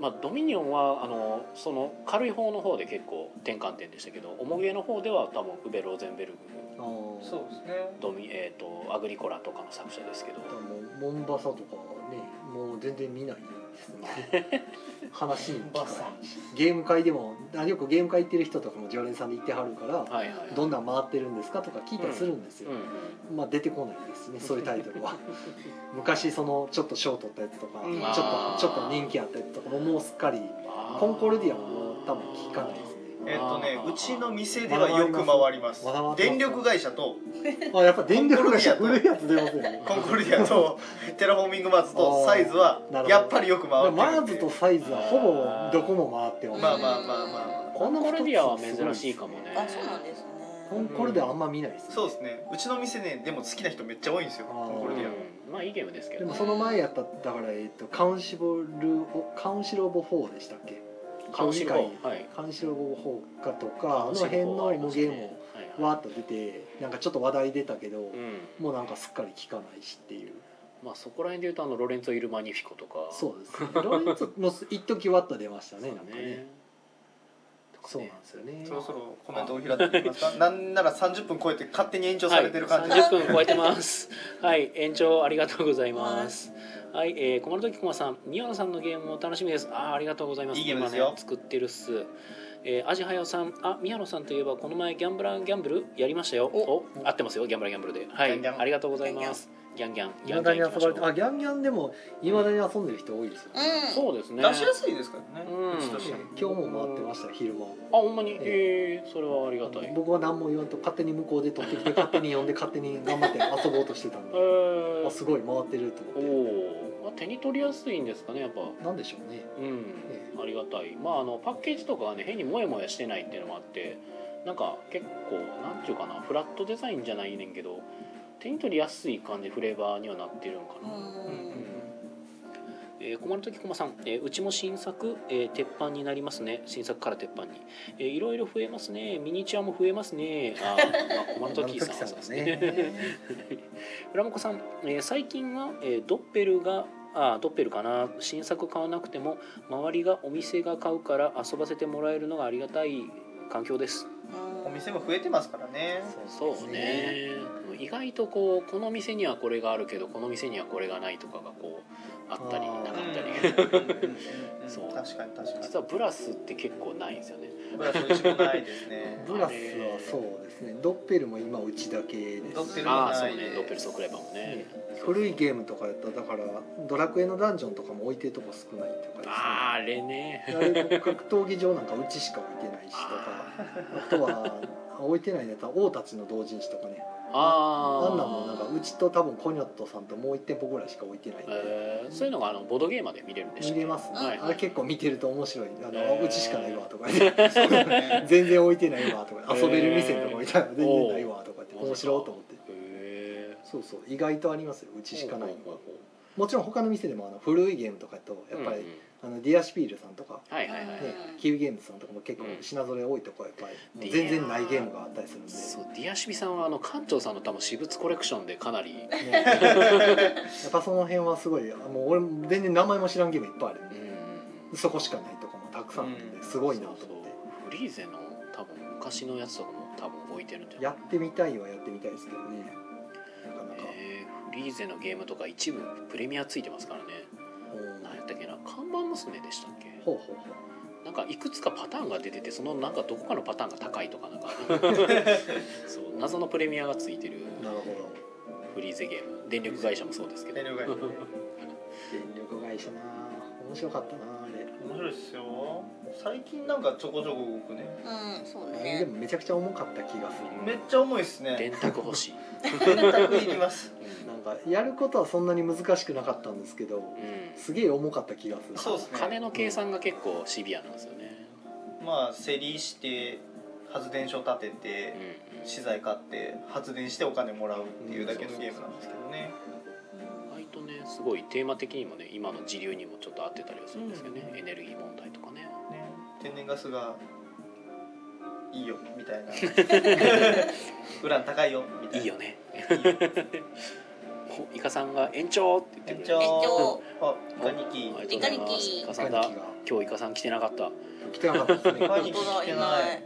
まあ、ドミニオンはあのその軽い方の方で結構転換点でしたけど重げの方では多分ウベ・ローゼンベルグえああそうですねドミ、えー、とアグリコラとかの作者ですけどだからもうモンバサとかねもう全然見ないです ね話に聞かないゲーム会でもあよくゲーム会行ってる人とかも常連さんで行ってはるから、はいはいどんなん回ってるんですかとか聞いたりするんですようん、うんまあ出てこないです ねそういうタイトルは昔そのちょっと賞取ったやつとか、うちんょっあーとちょっと人気あったやつとかももうすっかりあーコンコルディアももう多分聞かないですえっとねあーうちの店ではよく回ります回ります電力会社とねあやっぱ電力会社コンコ古ルいやつ出ますよねコンコルディアとテラフォーミングマーズとサイズはあーなるほどやっぱりよくマ回ってるーんでズとサイズはほぼどこも回ってます、まあまあまあまあまあコンコルディアは珍しいかもねあ、そうなんですね。コンコルディアあんま見ないですね、そうですねうちの店ねでも好きな人めっちゃ多いんですよあーコンコルディアはうんまあいいゲームですけでどもその前やっただから、えっとカウンシボルオカウンシロボ4でしたっけカウシロカウンシはいカウンシロボ4かとかあの辺のもうゲームはわーっと出てなんかちょっと話題出たけど、いうんもうなんかすっかり聞かないしっていうまあそこら辺でいうとあのロレンツォ・イル・マニフィコとかそうですねロレンツォもう一時ワッと出ましたねねなんかねそそううねなんですよねそろそろコメントを開いてみます かなんなら30分超えて勝手に延長されてる感じはい、30分超えて ます。はい、延長ありがとうございます。はい、えー、小丸時駒さん、宮野さんのゲームも楽しみです。あー、ありがとうございます。いいゲームですよ今ね作ってるっす。えー、アジハヨさん、あ、宮野さんといえばこの前ギャンブラーギャンブルやりましたよ。お、合ってますよ。ギャンブラーギャンブルで。はギャンい、ギャンありがとうございます。ギャンギャン、いまだに遊行きまばしょれてあう。ギャンギャンでもいまだに遊んでる人多いですよね、うそうですね。出しやすいですからねうんうちとしては今日も回ってましたよ昼間あ、ほんまに、えー、それはありがたい。僕は何も言わんと勝手に向こうで 取ってきて勝手に読んで勝手に頑張って遊ぼうとしてたんえで、ーあすごい回ってるとお思っお、あ手に取りやすいんですかね、やっぱ。てなんでしょうねうん、ありがたい、まあ、あのパッケージとかがね変にモヤモヤしてないっていうのもあってなんか結構なんていうかなフラットデザインじゃないねんけど手に取りやすい感じフレーバーにはなってるのかな、うんうんうんん。えー、困る時駒さん、えーうちも新作、えー鉄板になりますね新作から鉄板に、えーいろいろ増えますねミニチュアも増えますねあー、まあ、困る時さんはそうですね浦本さん、えー最近は、えードッペルがあードッペルかな新作買わなくても周りがお店が買うから遊ばせてもらえるのがありがたい環境です お店も増えてますからねそうね意外とこうこの店にはこれがあるけどこの店にはこれがないとかがこうあったりあーなうかんったり、うんそう確かに確かに実はブラスって結構ないんですよねブラシ美味しくないで すねブラスはそうですねドッペルも今うちだけですドッペルもああーなそういねですドッペルソクレバもねね古いゲームとかやったらだからドラクエのダンジョンとかも置いてるとこ少ないとかですねあーあれねあれ格闘技場なんかうちしか置いてない しとかああとは置いてないやつは王たちの同人誌とかねああんなんもなんかうちと多分コニョットさんともう1店舗ぐらいしか置いてないんでえーそういうのがあのボードゲーマで見れるんでしたっ見けれますね、はいあれ結構見てると面白いあの、えーうちしかないわとかねそうですね全然置いてないわとかえー遊べる店とか置いてない全然ないわとかっておう面白いと思ってへーそうそう意外とありますようちしかないほうほうほもちろん他の店でもあの古いゲームとかやとうやっぱうり、んうんあのディアシュピールさんとか、はいはいはい、ねうんキウゲームズさんとかも結構うん品揃え多いとこはやっぱりもうディア全然ないゲームがあったりするんで、 そうディアシビさんはあの館長さんの多分私物コレクションでかなり、ねやっぱその辺はすごいもう俺も全然名前も知らんゲームいっぱいあるんうで、ん、そこしかないとかもたくさんあるんで、すごいなと思ってそうそうフリーゼの多分昔のやつとかも多分置いてるんじゃないやってみたいはやってみたいですけどねなかなか、えーフリーゼのゲームとか一部プレミアついてますからねうん何やったっけな看板娘でしたっけほうほうほうなんかいくつかパターンが出ててそのなんかどこかのパターンが高いとか なんかそう謎のプレミアがついてるなるほどフリーゼゲーム電力会社もそうですけど電力会社ね電力会社な面白かったなあれ面白いですよ最近なんかちょこちょこ動くねうん、そうあれでね。もめちゃくちゃ重かった気がするめっちゃ重いですね電卓欲しい、電卓いりますうんなんかやることはそんなに難しくなかったんですけどうんすげえ重かった気がするそうっすね金の計算が結構シビアなんですよね。 まあ競りして発電所建てて資材買って発電してお金もらうっていうだけのゲームなんですけどね、割とねすごいテーマ的にもね今の時流にもちょっと合ってたりはするんですけどね、エネルギー問題とかねね天然ガスがいいよみたいな ウラン高いよみたいないいよねおイカさんが「延長!」って言ってくれ延る長延長あガニキありがとうございますイイカカさんがだ今日イカさん来てなかった、ね、来てなかったですねガニキ本当だ来ていなないい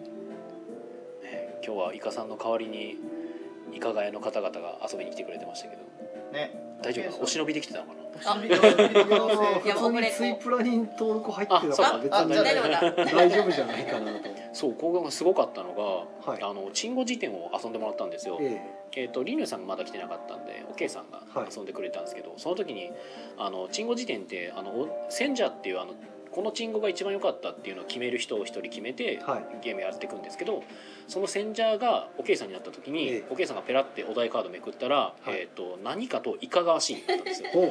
今日はイカさんの代わりにイカガヤの方々が遊びに来てくれてましたけどね大丈夫かなお忍びできてたのかなお忍びでお忍びで行政いや普通にツイプラに登録入ってたから別あそうにあ大丈夫だ大丈夫じゃないかなとそう今後がすごかったのが、はいあのチンゴ辞典を遊んでもらったんですよええー、とリニューさんがまだ来てなかったんでおけいさんがはい遊んでくれたんですけど、その時にあのチンゴ辞典ってあのおセンジャーっていうあのこのチンゴが一番良かったっていうのを決める人を一人決めてえ、はいゲームやっていくんですけどそのセンジャーがおけいさんになった時に、ええおけいさんがペラってお題カードめくったら、い。えー、と何かといかがわしいになったんですよお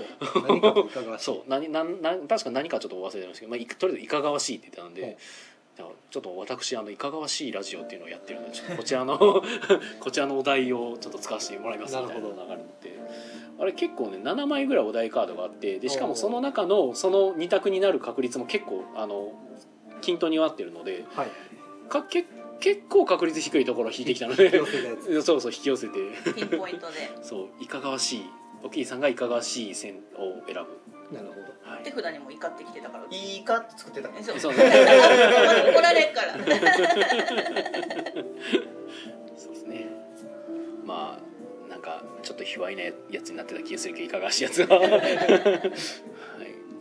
何かといかがわしいそう何なんなん確か何かちょっとお忘れてるんですけど、まあ、いとりあえずいかがわしいって言ってたんで、はいじゃあちょっと私あのいかがわしいラジオっていうのをやってるのでちょ っとこちらの こちらのお題をちょっと使わせてもらいますみたいなな流れるってあれ結構ね7枚ぐらいお題カードがあってでしかおもーその中のその2択になる確率も結構あの均等に合ってるので はいかけ結構確率低いところを引いてきたの寄でせたや つそうそう引き寄せてピンポイントでそういかがわしいおきいさんがいかがわしい線を選ぶ。なるほはい手札にもイカってきてたからいいかって作ってたえねそうそう怒られるからそうですね。まあなんかちょっと卑猥なやつになってた気がするけどいかがわしいやつ が。はい。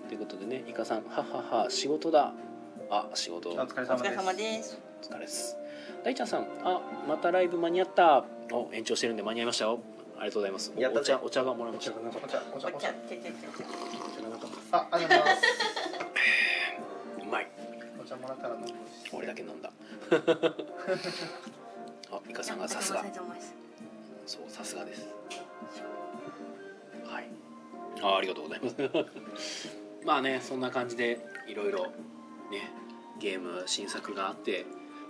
ということでね、イカさん、ははは仕事だ。あ、仕事。お疲れお様疲でれす様ですお疲れです。大ちゃんさん、あ、またライブ間に合った。お、延長してるんで間に合いましたよ。ありがとうございます。やったおぜ茶、お茶がもらいどおまし茶たが。なかっお茶おお茶茶おちゃ茶ちゃちゃちゃたお茶がなかったあありがとうございますうまい。お茶もらったら飲むし俺だけ飲 んだ。 あ、イカさんがさすおが疲。れ様ですそう、さすがです。はい。あ、ありがとうございます。 まあね、そんな感じで、いろいろ。ね。ゲーム新作があって。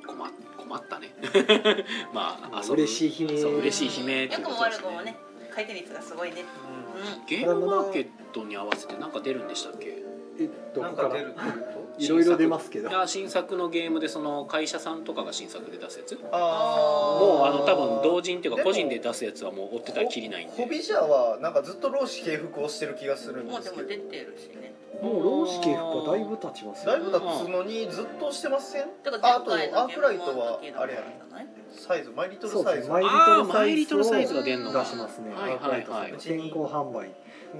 困っ、困ったね。 まあ、遊ぶ嬉しい悲鳴そう、嬉しい悲鳴ってよいうくこもとで悪すくもねね。回転率がすごいねうゲームマーケットに合わせて、なんか出るんでしたっけ。えうどんなこんかから出るってこといろいろ出ますけどいや新作のゲームでその会社さんとかが新作で出すやつもうあーあの多分同人っていうかでも個人で出すやつはもう追ってたらきりないんでホビジャーはなんかずっと労使契約をしてる気がするんんでもうですもけ出どてるしねもう老子系服はだいぶ経ちますだよいぶだっつのにずっとしてませんだかあらあと前回アーのゲクーライムトもあはったけどあれやじねゃないサイズマイリトルそうサですイズねマイあーマイリリトトルルササイイズズがを出出んのかしますねはいはいはい先行販売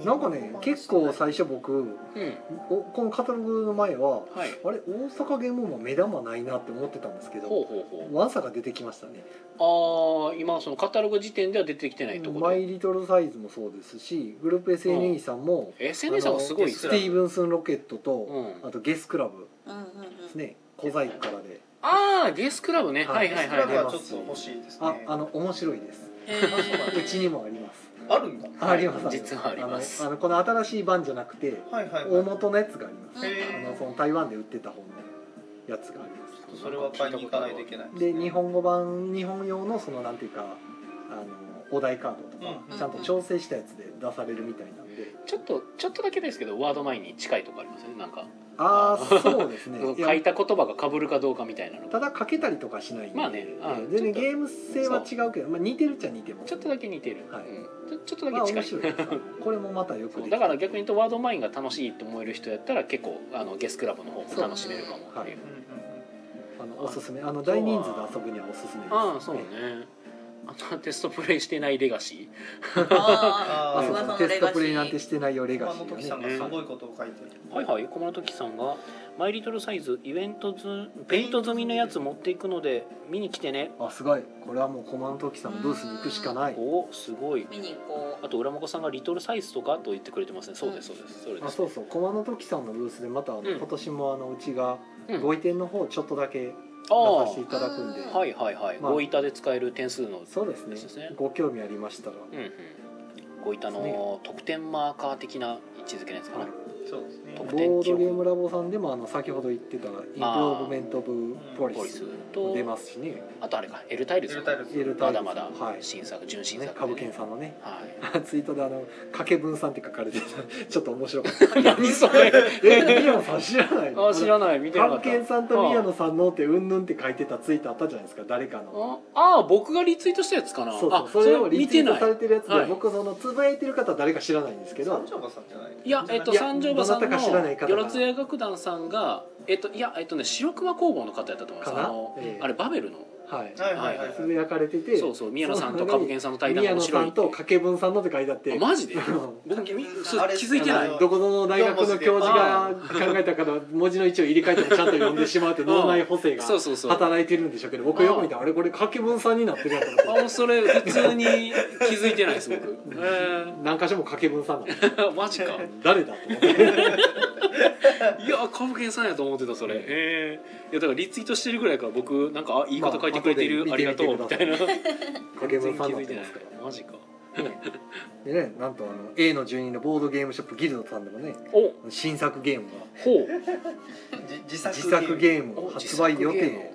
なんかね結構最初僕うんおこのカタログの前ははいあれ大阪ゲームマ目玉ないなって思ってたんですけほうどほうほうワンサが出てきましたねああ今そのカタログ時点では出てきてないところマでイリトルサイズもそうですしグループ SNE さんも SNS さんはすごいあのスティーブンスンロケットとうん、あとゲスクラブうんうんですうんね小細工からでああゲスクラブねははいいはいはいははいいはゲいスはちょっと欲しいですあねあの面白いですへうーちにもありますあるんだあります実はありますあのあのこの新しい版じゃなくてはいはいは大い元のやつがありますへあえのその台湾で売ってた本のやつがありまそれは買いに行かないといけないすでね日本語版日本用のそのなんていうかあのお題カードとか、うんちゃんと調整したやつで出されるみたいなんで、ちょっとちょっとだけですけどワード前に近いとこありますよねなんか、ああそうです ねいや書いた言葉が被るかどうかみたいなのたがだかけたりとかしないんで、まあねあええ全然ちょっとゲーム性は違うけど、まあ、似てるっちゃ似てますちょっとだけ似てる、はいうん、ちょちょっとまあだけ面近白い いですこれもまたよくそでうきだから逆に言うとワードマインが楽しいと思える人やったら結構あのゲスクラブの方も楽しめるかもっていううんうあんのおすすめあの大人数で遊ぶにはおすすめですああそうねあとはテストプレイしてないレガシあああそう噂そうのテストレガシープレイなんてしてないよレうんガ今シーがの時さんねがすごいことを書いてるーはいはい駒の時さんが「マイリトルサイズイベントずペイント済みのやつ持っていくので見に来てねあすごいこれはもうコマの時さんのブースに行くしかないおすごい見に行こあと浦真さんが「リトルサイズとか?」と言ってくれてますねそうですそうですそれであすそうそう駒の時さんのブースでまたあの、うん今年もあのうちがうんご移転の方ちょっとだあけ出あさせていただくんで、あーはいはいはいまあご板で使える点数のそうですでねすねご興味ありましたら、うんうんご板の得点マーカー的な位置づけのやつかなはいそうですねとボードゲームラボさんでもあの先ほど言ってたインプローブメント・オブ・ポリポリススと出ますしねあとあれかエルタイルズエルタイルズエルタまイルだズまだはい新作純新ね作株でね券さんのねはい ツイートであの掛け分散って書かれてた ちょっと面白かった何それえ宮野さん知らないの あ知らない見てなか関った係さんと宮野さんのってうんぬんって書いてたツイートあったじゃないですか誰かのああ僕がリツイートしたやつかなそうあそうそれをリ見ツてイートなされいてるやつはで僕そのつぶやいてる方は誰か知らないんですけど三条馬さんじゃないいやえっといや三条馬さんのどなたか知らない方がよろつや楽団さんがえっといやえっとね白熊工房の方やったと思いますかあなのええあれバベルのはいはいはいはいつぶやかれててそうそう宮野さんとその中株に券さんの対談が宮面野白さいっんてと掛け分散のって書いてあってあマ ジでうん僕みそうあれ気づいてないあのどこどの大学の教授が考えたから文字の位置を入れ替えてもちゃんと読んでしまうって脳内補正がそうそうそう働いてるんでしょうけど僕よく見たらあれこれ掛け分散になってるやんと思っあもうそれ普通に気づいてないです僕えて何箇所も掛け分散なのーマジか誰 だと思っていや株券さんやと思ってたそれえーいやだからリツイートしてるぐらいから僕なんかあ言い方書いてくれてる、まああ後りでが見とうてみたみていな掛け分散に全な然気づっいてなまいすからマジかでねなんとあの A の住人のボードゲームショップギルドさんでもねお新作ゲームほうじ自が作自作ーゲーム発売予定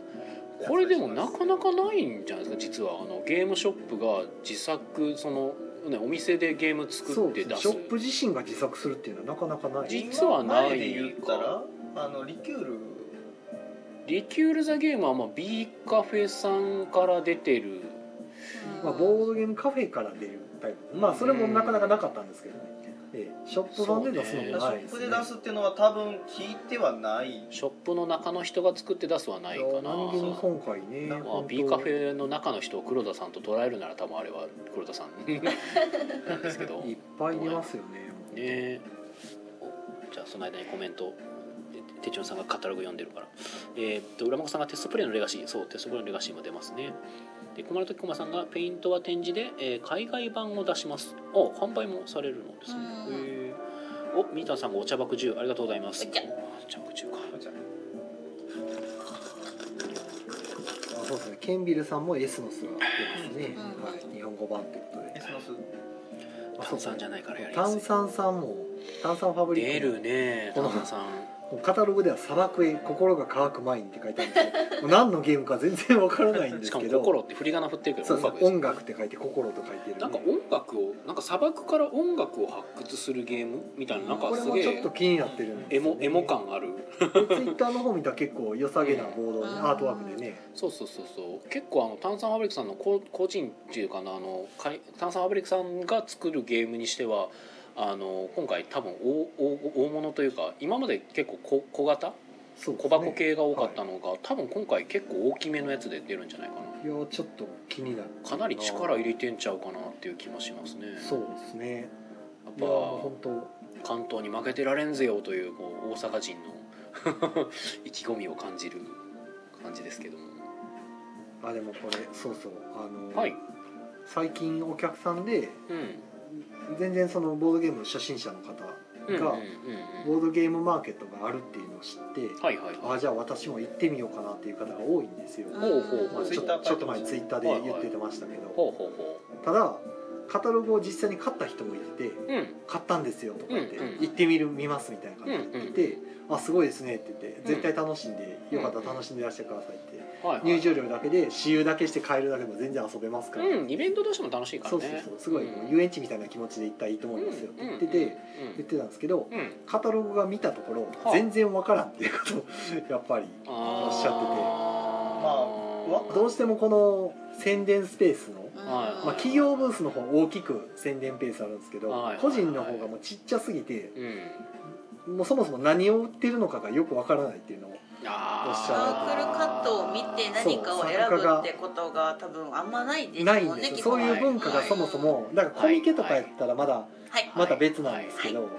これでもなかなかないんじゃないですか実はあのゲームショップが自作その、ね、お店でゲームそ作っうてです出ねすショップ自身が自作するっていうのはなかなかない実はない前で言ったらあのリキュールリキュール・ザ・ゲームはまあ B カフェさんから出てるまあ、ボードゲームカフェから出るタイプまあそれもなかなかなかったんですけどね、ええショップ版で出すのえシーもなョいでッすプねで出すっていうのは多分聞いてはないショップの中の人が作って出すはないかななんで今回ねなんかまあ、B カフェの中の人を黒田さんと捉えるなら多分あれは黒田さん なんですけどいねっぱい出ますよねえおじゃあその間にコメントて手帳さんがカタログ読んでるからえーっと浦真子さんがテストプレイのレガシーそうテストプレイのレガシーも出ますねで熊野時駒さんがペイントは展示で、えー海外版を出しますあ販売もされるのですねうんへえおみーたんさんがお茶爆10ありがとうございますお茶お茶爆10かあそうですねケンビルさんもエスノスが出ますね、うんはい、日本語版ってことでエスノスあそう炭酸じゃないからやりやす炭い酸さんも炭酸ファブリ出ックもるねこの炭酸さんもうカタログでは「砂漠へ心が乾く前に」って書いてあるんですけ どもう何のゲームか全然わからないんでしすかも「けど心」って振り仮名振ってるけどそう音そう楽です音楽って書いて「心」と書いてる、ね、なんか音楽をなんか砂漠から音楽を発掘するゲームみたいななんこかれすもげちょっえと気になってるんですエよねモエモ感あるでツイッターの方見たら結構良さげなボード、うんアートワークでねそうそうそうそう結構あの炭酸ファブリックさんのこ個人っていうかなあのかい炭酸ファブリックさんが作るゲームにしてはあの今回多分大大大物というか今まで結構小小型そうで小すね箱系が多かったのが、多分今回結構大きめのやつで出るんじゃないかないやちょっと気になるかなり力入れてんちゃうかなっていう気もしますねそうですねやっいやもうぱ本当関東に負けてられんぜよというこう大阪人の 意気込みを感じる感じですけどもあでもこれそうそうあの、はい、最近お客さんでうん、全然そのボードゲーム初心者の方うんうんうんがうんボードゲームマーケットがあるっていうのを知ってはいはいはあじゃあ私も行ってみようかなっていう方が多いんですよ、うんいほうほうほまあ、うちょツイッターちょっと前ツイッターで言っててましたけど、ほうほうほただカタログを実際に買った人もいててううん買ったんですよとか言って、うんうん行ってみる見ますみたいな感じで言って、あすごいですねって言って絶対楽しんで、うんよかったら楽しんでいらしてくださいって、はいはい入場料だけで私有だけして買えるだけでも全然遊べますから、うんイベントとしても楽しいからねそうそうそうすごいもう遊園地みたいな気持ちで行ったらいいと思いますよって言ってて、言ってたんですけどうんうんうんカタログが見たところはあ全然わからんっていうこと をやっぱりあーおっしゃっててまあどうしてもこの宣伝スペースの、はいまあ、企業ブースの方大きく宣伝ペースあるんですけど、はい個人の方がもうちっちゃすぎてうんもうそもそも何を売ってるのかがよくわからないっていうのをあおっしサゃークルカットを見て何かを選ぶってことが多分あんまないですもんねないんですよ、基そ本うはいう文化がそもそもだからコミケとかやったらまだ、はいまた別なんですけど、はい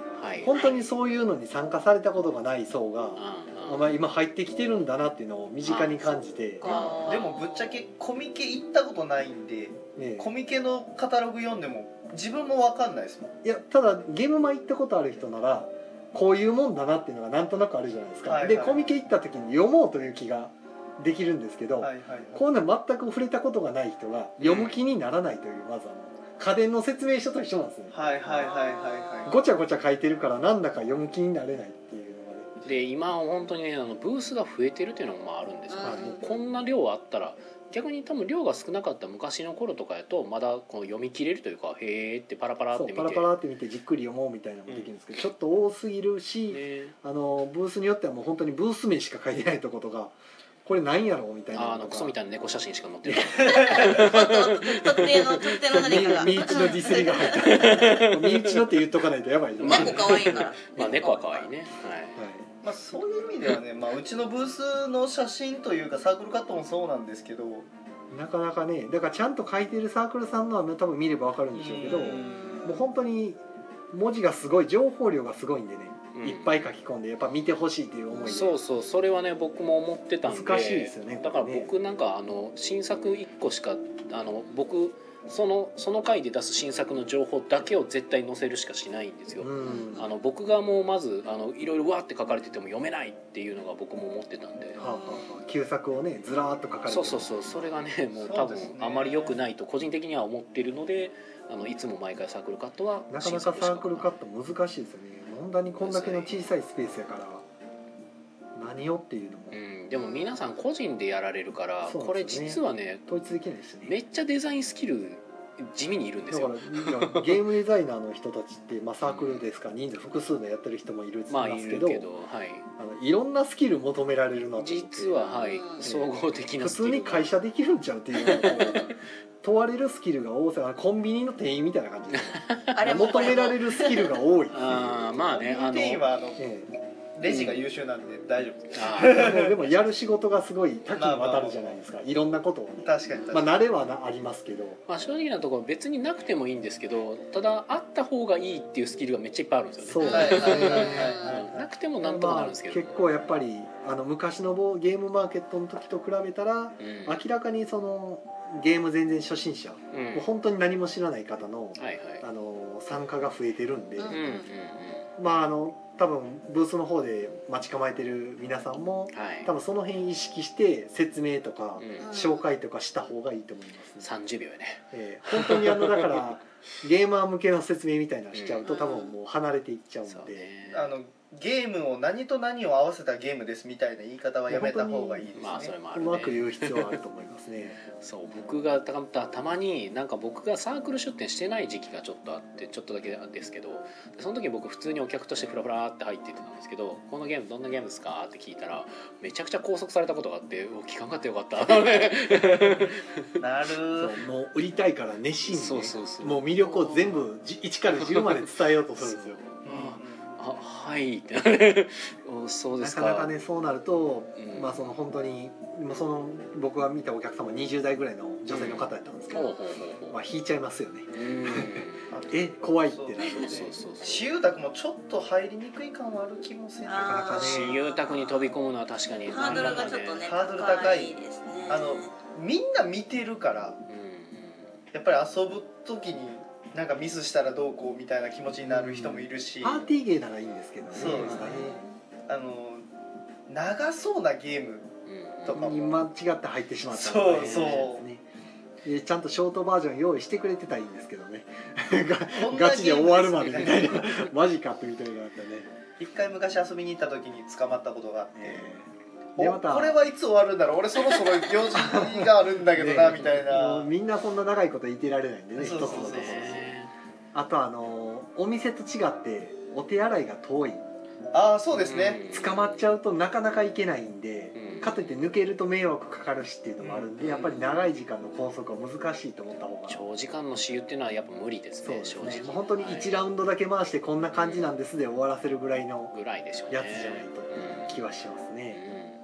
本当にそういうのに参加されたことがない層が、うんうんまあ、今入ってきてるんだなっていうのを身近に感じてあ、あーでもぶっちゃけコミケ行ったことないんでええコミケのカタログ読んでも自分も分かんないですもんいやただゲームマ行ったことある人ならこういうもんだなっていうのがなんとなくあるじゃないですか、はいはいでコミケ行った時に読もうという気ができるんですけど、はいはいはいこういうの全く触れたことがない人が読む気にならないというまずあの家電の説明書と一緒なんですねはいはいはいはいはいごちゃごちゃ書いてるからなんだか読む気になれないっていうのがねで今は本当にねあのブースが増えてるっていうのもまああるんですけど、うんもうこんな量あったら逆に多分量が少なかった昔の頃とかやとまだこう読み切れるというかへーってパラパラっそてう見パてラパラって見てじっくり読もうみたいなのもできるんですけど、ちょっと多すぎるし、ねあのブースによってはもう本当にブース名しか書いてないとことかこれなんやろうみたいなあのあのとクかソみたいな猫写真しか載ってない特定の特定の何かが身身内のディスりが入 った身内のって言っとかないとやばいな、まあ猫可愛いからまあ猫は可愛いねはいまあ、そういう意味ではね、まあ、うちのブースの写真というかサークルカットもそうなんですけどなかなかねだからちゃんと書いてるサークルさんのは多分見ればわかるんでしょうけどうもんう本当に文字がすごい情報量がすごいんでね、はい、いっぱいい書き込んでやっぱ見てほしいっていう思いでそうそうそれはね僕も思ってたんで難しいですよねだからこれね僕なんかあの新作1個しかあの僕そのその回で出す新作の情報だけを絶対載せるしかしないんですよ、うんあの僕がもうまずあのいろいろわーって書かれてても読めないっていうのが僕も思ってたんではあはあはあ旧作をねずらーっと書かれてそうそうそうそれがねもうそ多うですね分あまり良くないと個人的には思ってるのであのいつも毎回サークルカットはなかなかサークルカット難しいですよね問題にこんだけの小さいスペースやから何をっていうのもうん、でも皆さん個人でやられるから、そうこなれんですよね実はね統一できないですねめっちゃデザインスキル地味にいるんでだすかよらいやゲームデザイナーの人たちって、まあ、サークルですから人数複数のやってる人もいるんですけまど,、ああ、いるけど、はい、のいろんなスキル求められるなと思って実ははいうん総合的な普スキル通に会社できるんちゃうっていうのがこう問われるスキルが多さコンビニの店員みたいな感じですあれもこ求めれらもれるスキルが多いああまあねあの店員はあのええレジが優秀なんで大丈夫です、あでもでもやる仕事がすごい多岐にわたるじゃないですかいろんなことをね確かに確まかあに、慣れはなありますけどまあ、正直なところ別になくてもいいんですけどただあった方がいいっていうスキルがめっちゃいっぱいあるんですよそうねですはいはいはいうはいんはいなくてもなんとかなるんですけど、まあ結構やっぱりあの昔のボーゲームマーケットの時と比べたらうん明らかにそのゲーム全然初心者、うんもう本当に何も知らない方のはいはいあの参加が増えてるんで、うんうんうんうんまああの多分ブースの方で待ち構えてる皆さんもはい多分その辺意識して説明とかうん紹介とかした方がいいと思います、 30秒やねええ本当にあのだから ゲーマー向けの説明みたいなのしちゃうと多分もう離れていっちゃうんそうで、ねあのゲームを何と何を合わせたゲームですみたいな言い方はやめた方がいいですね、まあそれもあうるまくね言う必要はあると思いますねそう僕がたたたまになんか僕がサークル出展してない時期がちょっとあってちょっとだけなんですけどその時僕普通にお客としてフラフラって入っていってたんですけど「このゲームどんなゲームですか?」って聞いたらめちゃくちゃ拘束されたことがあってうお聞かんかったよかった」なるそうもう売りたいから熱心に、ね、そうそうそうもう魅力を全部じ1から10まで伝えようとするんですよああはいってなるお そうでなすかかなかねそうなると、うんまあその本当にもうその僕が見たお客様20代ぐらいの女性の方やったんですけほうほどう、ほうほまあ引いちゃいますよねううんえ怖いってなるんでそうそうそうそう私有宅もちょっと入りにくい感はある気もせんあーなかなかね私有宅に飛び込むのは確かにハードルがちょっとねハードル高いですねあのみんな見てるからうんやっぱり遊ぶ時になんかミスしたらどうこうみたいな気持ちになる人もいるし、パーティーゲーならいいんですけどねそうですねあの長そうなゲームうんとかに間違って入ってしまったそう大変ですねえちゃんとショートバージョン用意してくれてたらいいんですけどねこんなガチで終わるまでみたいゲームな マジかってみたいなのがあったね、一回昔遊びに行った時に捕まったことがあって、えーおこれはいつ終わるんだろう俺そろそろ行事があるんだけどな、 ねみたいなもうみんなそんな長いこと言ってられないんでね一つそのうとそこうろそうでねあとあのお店と違ってお手洗いが遠いああそうですね、捕まっちゃうとなかなか行けないんで、うんかといって抜けると迷惑かかるしっていうのもあるんで、うんやっぱり長い時間の拘束は難しいと思った方が長時間の私有っていうのはやっぱ無理ですそうねです正ね直もう本当に1ラウンドだけ回してこんな感じなんですで終わらせるぐらいのぐらいでしょうねやつじゃないと気はしますうんね、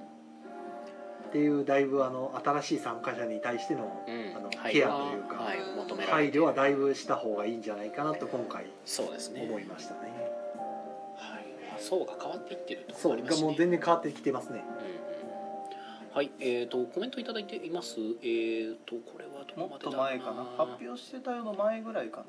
っていうだいぶあの新しい参加者に対してのうんうんあの配ケ慮アはというかはい求められ配る慮はだいぶした方がいいんじゃないかなと今回そうですね思いましたねはい層が変わっていってるとそこあうりまがすもうね全然変わってきてますねうんうんはいえーとコメントいただいていますえーとこれはどもこまっでとだ前かな発表してたよの前ぐらいかな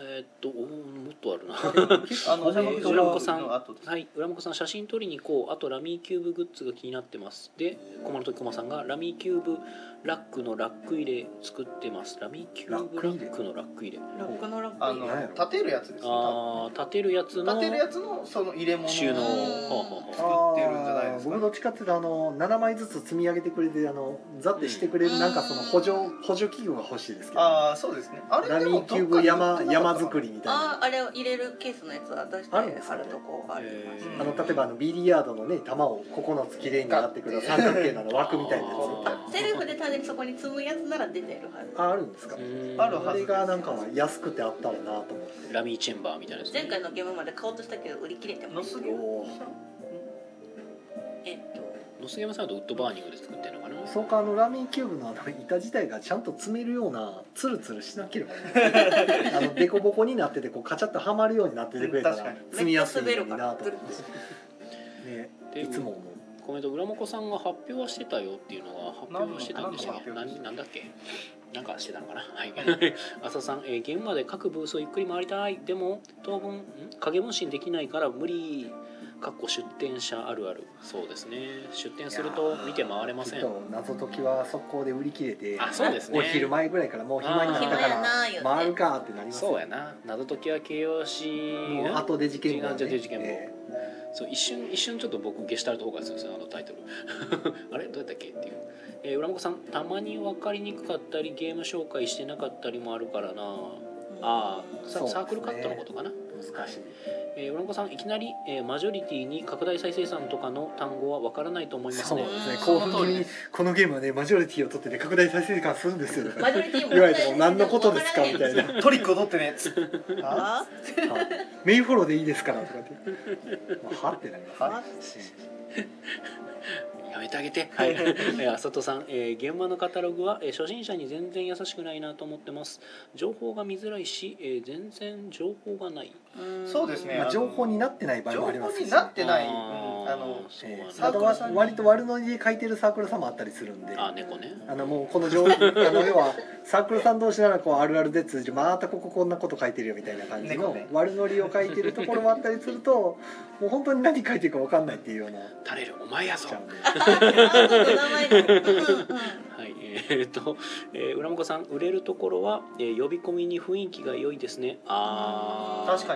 えーっとおーもっとあるな あの裏向裏向さんの後ですはい、浦本さん写真撮りに行こうあとラミーキューブグッズが気になってますで駒の時駒さんがラミーキューブラックのラック入れ作ってますラミーキューブラックのラック入れラックのラックあのなんやろ立てるやつですねああ立てるやつ多の分立てるやつのその入れ物収納うんほうほうほう作ってるんじゃないですあかー僕どっちかっていうとあの7枚ずつ積み上げてくれてあのザってしてくれる、なんかその補助補助器具が欲しいですけどああそうですねあれラでミもーキューブ山山作りりみたいあなーあれを入れるケースのやつは出してあるんです貼ねるとこがありますへあのー例えばあのビリヤードのね球を9つきれいになってくる三角形のあの枠みたいなやつあセルフで単純にそこに積むやつなら出てるはずああるんですかうんあるあれがなんか安くてあったらなと思ってラミーチェンバーみたいなやつね前回のゲームまで買おうとしたけど売り切れてまのすすげおえっと野杉山さんだとウッドバーニングで作ってるのかなそうかあのラミーキューブのあの板自体がちゃんと詰めるようなツルツルしなければいいあのデコボコになっててこうカチャッとはまるようになっててくれたうんら確か積みやすいめっちのゃに滑るなからと思ってねでいつも思うコメント浦本さんが発表はしてたよっていうのが発表はしてたんでしたっけ何なの何の発表んなんだっけなんかしてたのかなはい浅田さん、えー、現場で各ブースをゆっくり回りたいでも当分ん影分身できないから無理かっこ出店者あるあるそうですね出店すると見て回れませきんっと謎解きは速攻で売り切れてあそうですねお昼前ぐらいからもう暇になったかあー暇やなーよねら回るかってなりますよそうやな謎解きは形容詞もう後で事件簿時間で事件簿えそう一瞬一瞬ちょっと僕ゲシュタルト崩壊するんですよあのタイトル あれどうやったっけっていう、えー、浦本さんたまに分かりにくかったりゲーム紹介してなかったりもあるからなああそうですねサークルカットのことかな、え難しいえー、浦本さんいきなり、えーマジョリティに拡大再生産とかの単語は分からないと思いますそうねですねう興ん奮その通気味りにでこのゲームはねマジョリティを取ってね拡大再生時間するん ですようんマジョリティもいわゆる何のことですかみたいなトリックを取 ってねつってああメインフォローでいいですからとかって、まあ、はってなりますねあやめてあげて、 はい、えーあさとさん、えー現場のカタログは、えー初心者に全然優しくないなと思ってます情報が見づらいし、えー全然情報がないーそうですねまあ、情報になってない場合情も報ありますになってないあうんーあのそうなんえだーサークルさんあとはに割と悪ノリで書いてるサークルさんもあったりするんでああ猫ねのもうこの情報あの要はサークルさん同士ならこうあるあるで通じるまたこここんなこと書いてるよみたいな感じ猫のね悪ノリを書いてるところもあったりするともう本当に何書いてるか分かんないっていうような垂れるお前やぞちゃうんであそう名前がうんうんはい、えー、っと、えー、浦本さん、売れるところは、えー呼び込みに雰囲気が良いですね。あー確か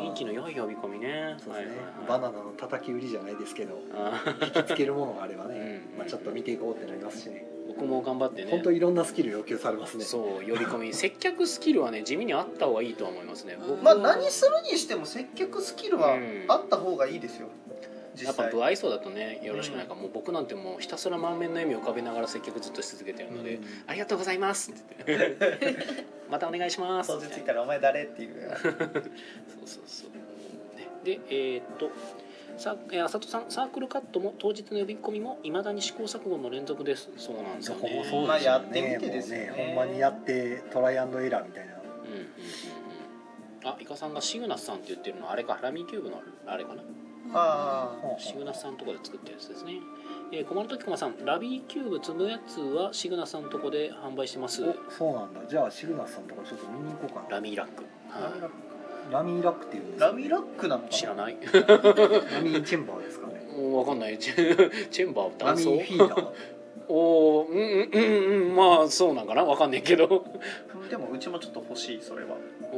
に 雰囲気の良い呼び込みね。そうですねはバナナの叩き売りじゃないですけどいはいはいあー引きつけるものがあればねうんまあちょっと見ていこうってなりますしね 僕も頑張ってね。本当いろんなスキル要求されますねそう、呼び込み、接客スキルはね、地味にあった方がいいとは思いますね。僕まあ何するにしても接客スキルはうんあった方がいいですよや実っぱ際不愛想だとねよろしくないから、もう僕なんてもうひたすら満面の笑みを浮かべながら接客ずっとし続けてるので「うんありがとうござい ます」って言って「またお願いします」当日いたらお前誰っていうそうそうそう。ねで、えーっと。さえー、あさとさんサークルカットも当日の呼び込みもいまだに試行錯誤の連続ですそうなんですよねそこもそうまあですよねやってみてですよねもうほんまにやってトライアンドエラーみたいなうんうんうんうんあイカさんがシグナスさんって言ってるのあれかラミーキューブのあれかなああシグナスさんとこで作ってるやつですねえー、小丸時駒さんラビーキューブ積むやつはシグナスさんとこで販売してますおそうなんだじゃあシグナスさんとかちょっと見に行こうかラなミーラック、はラミーラックっていうんですかラミラックなのい、知からなないラミーチェンバーですかねもう分かんない チェチェンバーラ断ミ層ーフィーダーおおうんうんうんうんまあそうなんかなわかんないけどでもうちもちょっと欲しいそれは お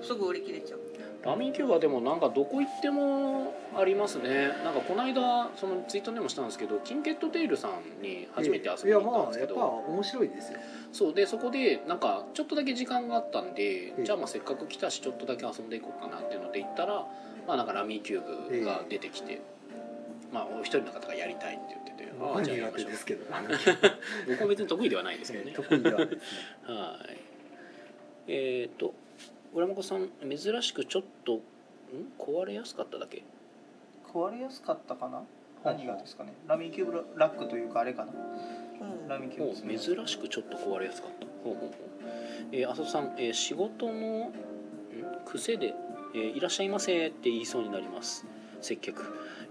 おすぐ売り切れちゃうラミーキューはでもなんかどこ行ってもありますねなんかこの間そのツイートでもしたんですけどキンケットテイルさんに初めて遊びに行ったんですけいやまあやどっぱ面白いですよそうでそこでなんかちょっとだけ時間があったんでえじゃあまあせっかく来たしちょっとだけ遊んでいこうかなっていうので行ったらまあなんかラミーキューブが出てきてまあお一人の方がやりたいって言っててああ僕じゃあや苦りまし手ょうですけどあの 僕は別に得意ではないですけどね得意ではないですねはい。えっ、と、浦本さん、珍しくちょっと、ん壊れやすかっただけ。壊れやすかったかなほう何がですかねラミキューブラックというかあれかなうんラミキューほブうですね珍しくちょっと壊れやすかった。ほうほうほう。えー、浅田さん、えー仕事の、ん癖で、えーいらっしゃいませって言いそうになります。接客。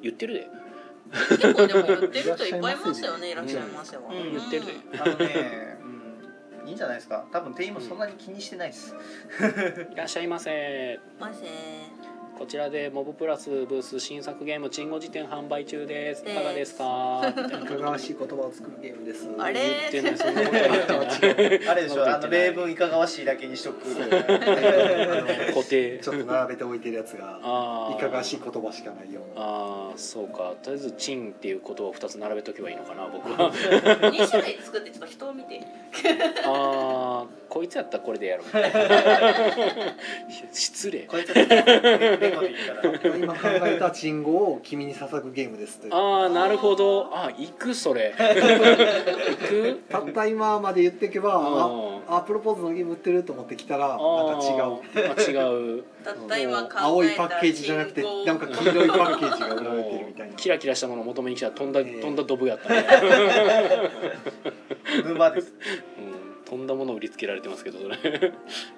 言ってる で。結構でも売ってる人いっぱいいますよねいらっしゃいませはうん言ってるで。あのね、うん、いいんじゃないですか多分店員もそんなに気にしてないです、いらっしゃいませませこちらでモブプラスブース新作ゲーム「鎮護辞典」販売中ですいかがですかみたいいなかがわしい言葉を作るゲームです あれ言ってないそんなこと言 ってない あれで しょあの例文いかがわしいだけにしとくあ固定ちょっと並べておいてるやつがあーいかがわしい言葉しかないようなあーそうかとりあえず「チン」っていうことを2つ並べとけばいいのかな僕はー二種類作ってちょっと人を見てああこいつやったらこれ でやろう失礼の こいつは猫でいいから今考えたチンゴを君に捧ぐゲームですというああなるほどあ行くそ れ行くたった今まで言っていけばあああプロポーズのゲーム売ってると思ってきたらなんか違ううあ違うたった今考えた青いパッケージじゃなくて信号なんか黄色いパッケージが売られてるみ たいなキラキラしたものを求めに来たら飛んだ、えー飛んだドブやったね、沼ですうん、飛んだものを売りつけられてますけどそれ、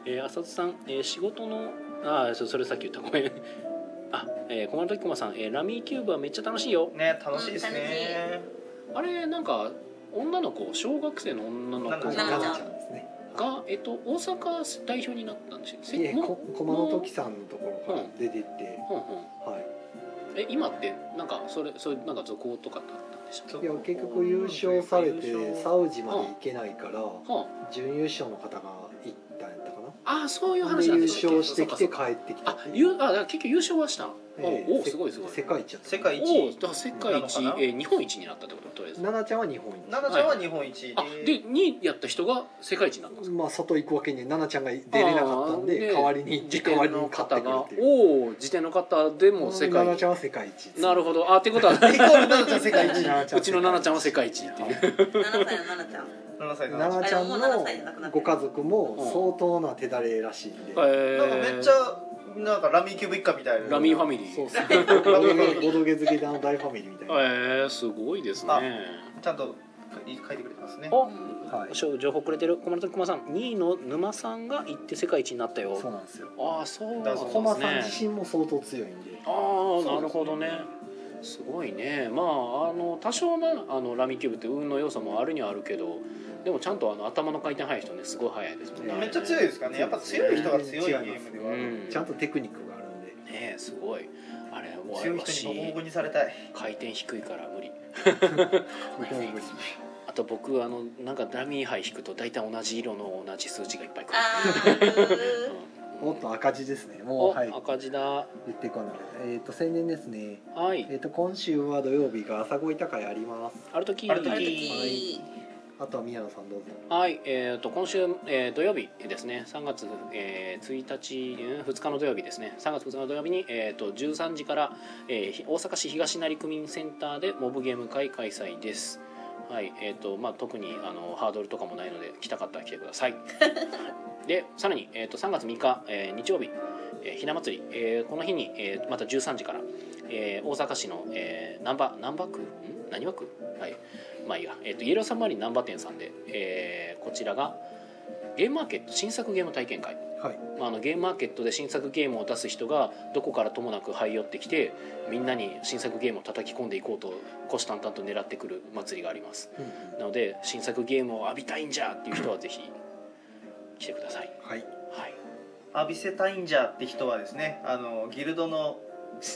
えー浅津さん、えー仕事のああそそれさっき言ったごめんあえー、小丸時駒さん、えーラミーキューブはめっちゃ楽しいよね楽しいですねあれなんか女の子小学生の女のなん子かななんんちちゃゃんんですねが、えっと、大阪代表になったんですよいえもこ駒の時さんのところから出てって、うんうんはいえ今ってなんかそれそれなんか続行とかってあったんでしょいや結局優勝されてサウジまで行けないからは準優勝の方が行ったんやったかなああーそういうで話なん優です勝してきて帰あってきたあっていうゆあだから結局優勝はしたの、ええおおすごいすごい世界一やった世界おお一だから世界一なのかなえー日本一になったってこととりあえず奈々ちゃんは日本奈々ちゃんは日本一であで2位やった人が世界一になったんで一すかまあ外行くわけに奈々ちゃんが出れなかったんあーで代わりに辞代わり典にの勝って方くれがっていうおお辞典の方でも世奈界々ち一ゃんは世界一ですなるほどあって ことはイコール奈々ちゃん世界一奈々ちゃんうちの奈々ちゃんは世界一っていう7歳の奈々ちゃん7歳奈なん々ちゃんあれもう7歳じゃなくなのってごる家族も相当な手だれらしいんで、えかめっちゃなんかラミーキューブ一家みたいなラミーファミリーそう そうボドゲボドゲ好きの大ファミリーみたいな、えー、すごいですねあちゃんと書いてくれてますねおはいしょ情報くれてる小丸と熊さん2位の沼さんが行って世界一になったよそうなんですよああそうなんだでそすうねコマさん自身も相当強いんでああそうですねなるほどねすごいねまああの多少なあのラミキューブって運の要素もあるにはあるけどでもちゃんとあの頭の回転速い人ねすごい速いですもんねめっちゃ強いですからねやっぱ強い人が強いゲームではあるうちゃんとテクニックがあるんでねえすごいあれも強うい私人にボコボコにされたい回転低いから無理日本語ですあと僕あのなんかラミー杯引くと大体同じ色の同じ数字がいっぱいくるあーうんおっと赤字ですねもおうはい赤字だ言ってこないえっ、と宣伝ですねはいえっ、と今週は土曜日が朝ごいた会ありますある時ある時あるはい時あとは宮野さんどうぞはい、えー、と今週、えー土曜日ですね3月、えー1日うん2日の土曜日ですね3月2日の土曜日に、えー、と13時から、えーひ大阪市東成区民センターでモブゲーム会開催ですはいえーとまあ、特にあのハードルとかもないので来たかったら来てください でさらに、えー、と3月3日、えー日曜日、えーひな祭り、えーこの日に、えーまた13時から、えー大阪市の、えー、難波難波区ん何枠はいまあいいや、えっとイエローサンマリン難波店さんで、えーこちらがゲームマーケット新作ゲーム体験会、はいまあ、あのゲームマーケットで新作ゲームを出す人がどこからともなく這い寄ってきてみんなに新作ゲームを叩き込んでいこうと虎視眈々と狙ってくる祭りがありますなので新作ゲームを浴びたいんじゃっていう人はぜひ来てください、はいはい、浴びせたいんじゃって人はですねあのギルドの、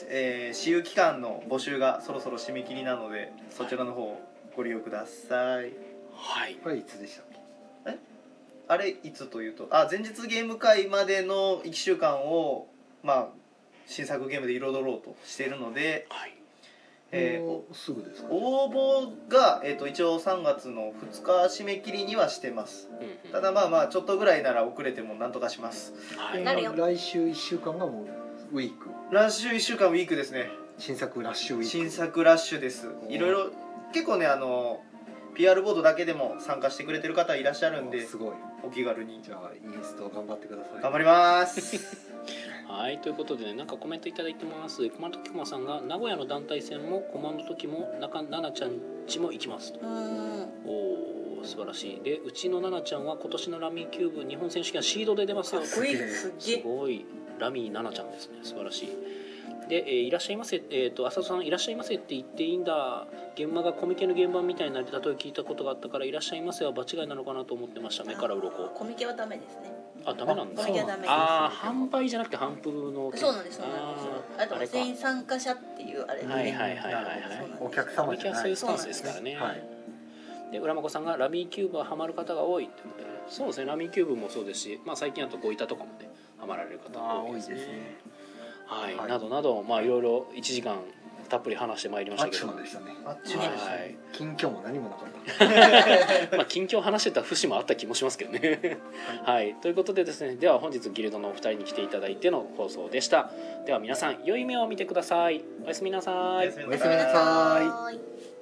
えー、私有期間の募集がそろそろ締め切りなのでそちらの方をご利用くださいはい、これいつでしたっけあれいつというとあ前日ゲーム会までの1週間をまあ新作ゲームで彩ろうとしているので、はい、えーもうすぐですか応募が、えー、と一応3月の2日締め切りにはしてますうんうんただまあまあちょっとぐらいなら遅れてもなんとかしますはいなるよ来週1週間がもうウィークラッシュ1週間ウィークですね新作ラッシュウィーク新作ラッシュですいろいろ結構ねあの PR ボードだけでも参加してくれてる方いらっしゃるんですごいお気軽にじゃあインスト頑張ってください頑張りますはいということでねなんかコメントいただいてますコマンドキコマさんが名古屋の団体戦もコマンド時も中奈々ちゃんちも行きますとうーんおお素晴らしいでうちの奈々ちゃんは今年のラミーキューブ日本選手権シードで出ますかよっこいいすっげすえごいラミー奈々ちゃんですね素晴らしいで、えーいらっしゃいませ、えー、と浅田さんいらっしゃいませって言っていいんだ現場がコミケの現場みたいな例え聞いたことがあったからいらっしゃいませは場違いなのかなと思ってました目から鱗コミケはダメですねあダメなんだコミケはダメああ販売じゃなくて販布のそうなんですそうなんですあーあとは全員参加者っていうあれで、ねはいはいはいはいはいそうなんですお客コ様ミじケゃはなそういいうスタンスですからねはい、で浦真子さんがラミーキューブはハマる方が多いってことでそうですねラミーキューブもそうですし、まあ、最近だとゴイタとかもねハマられる方あがー多い多いでですすねねはい、はいなどなどまあいろいろ1時間たっぷり話してまいりましあたっけちどまでしたねあっちはまでしたいね、近況も何もなかったまあ近況話してた節もあった気もしますけどねはいということでですねでは本日ギルドのお二人に来ていただいての放送でしたでは皆さん良い夢を見てくださいおやすみなさいおやすみおやすみなさいはーい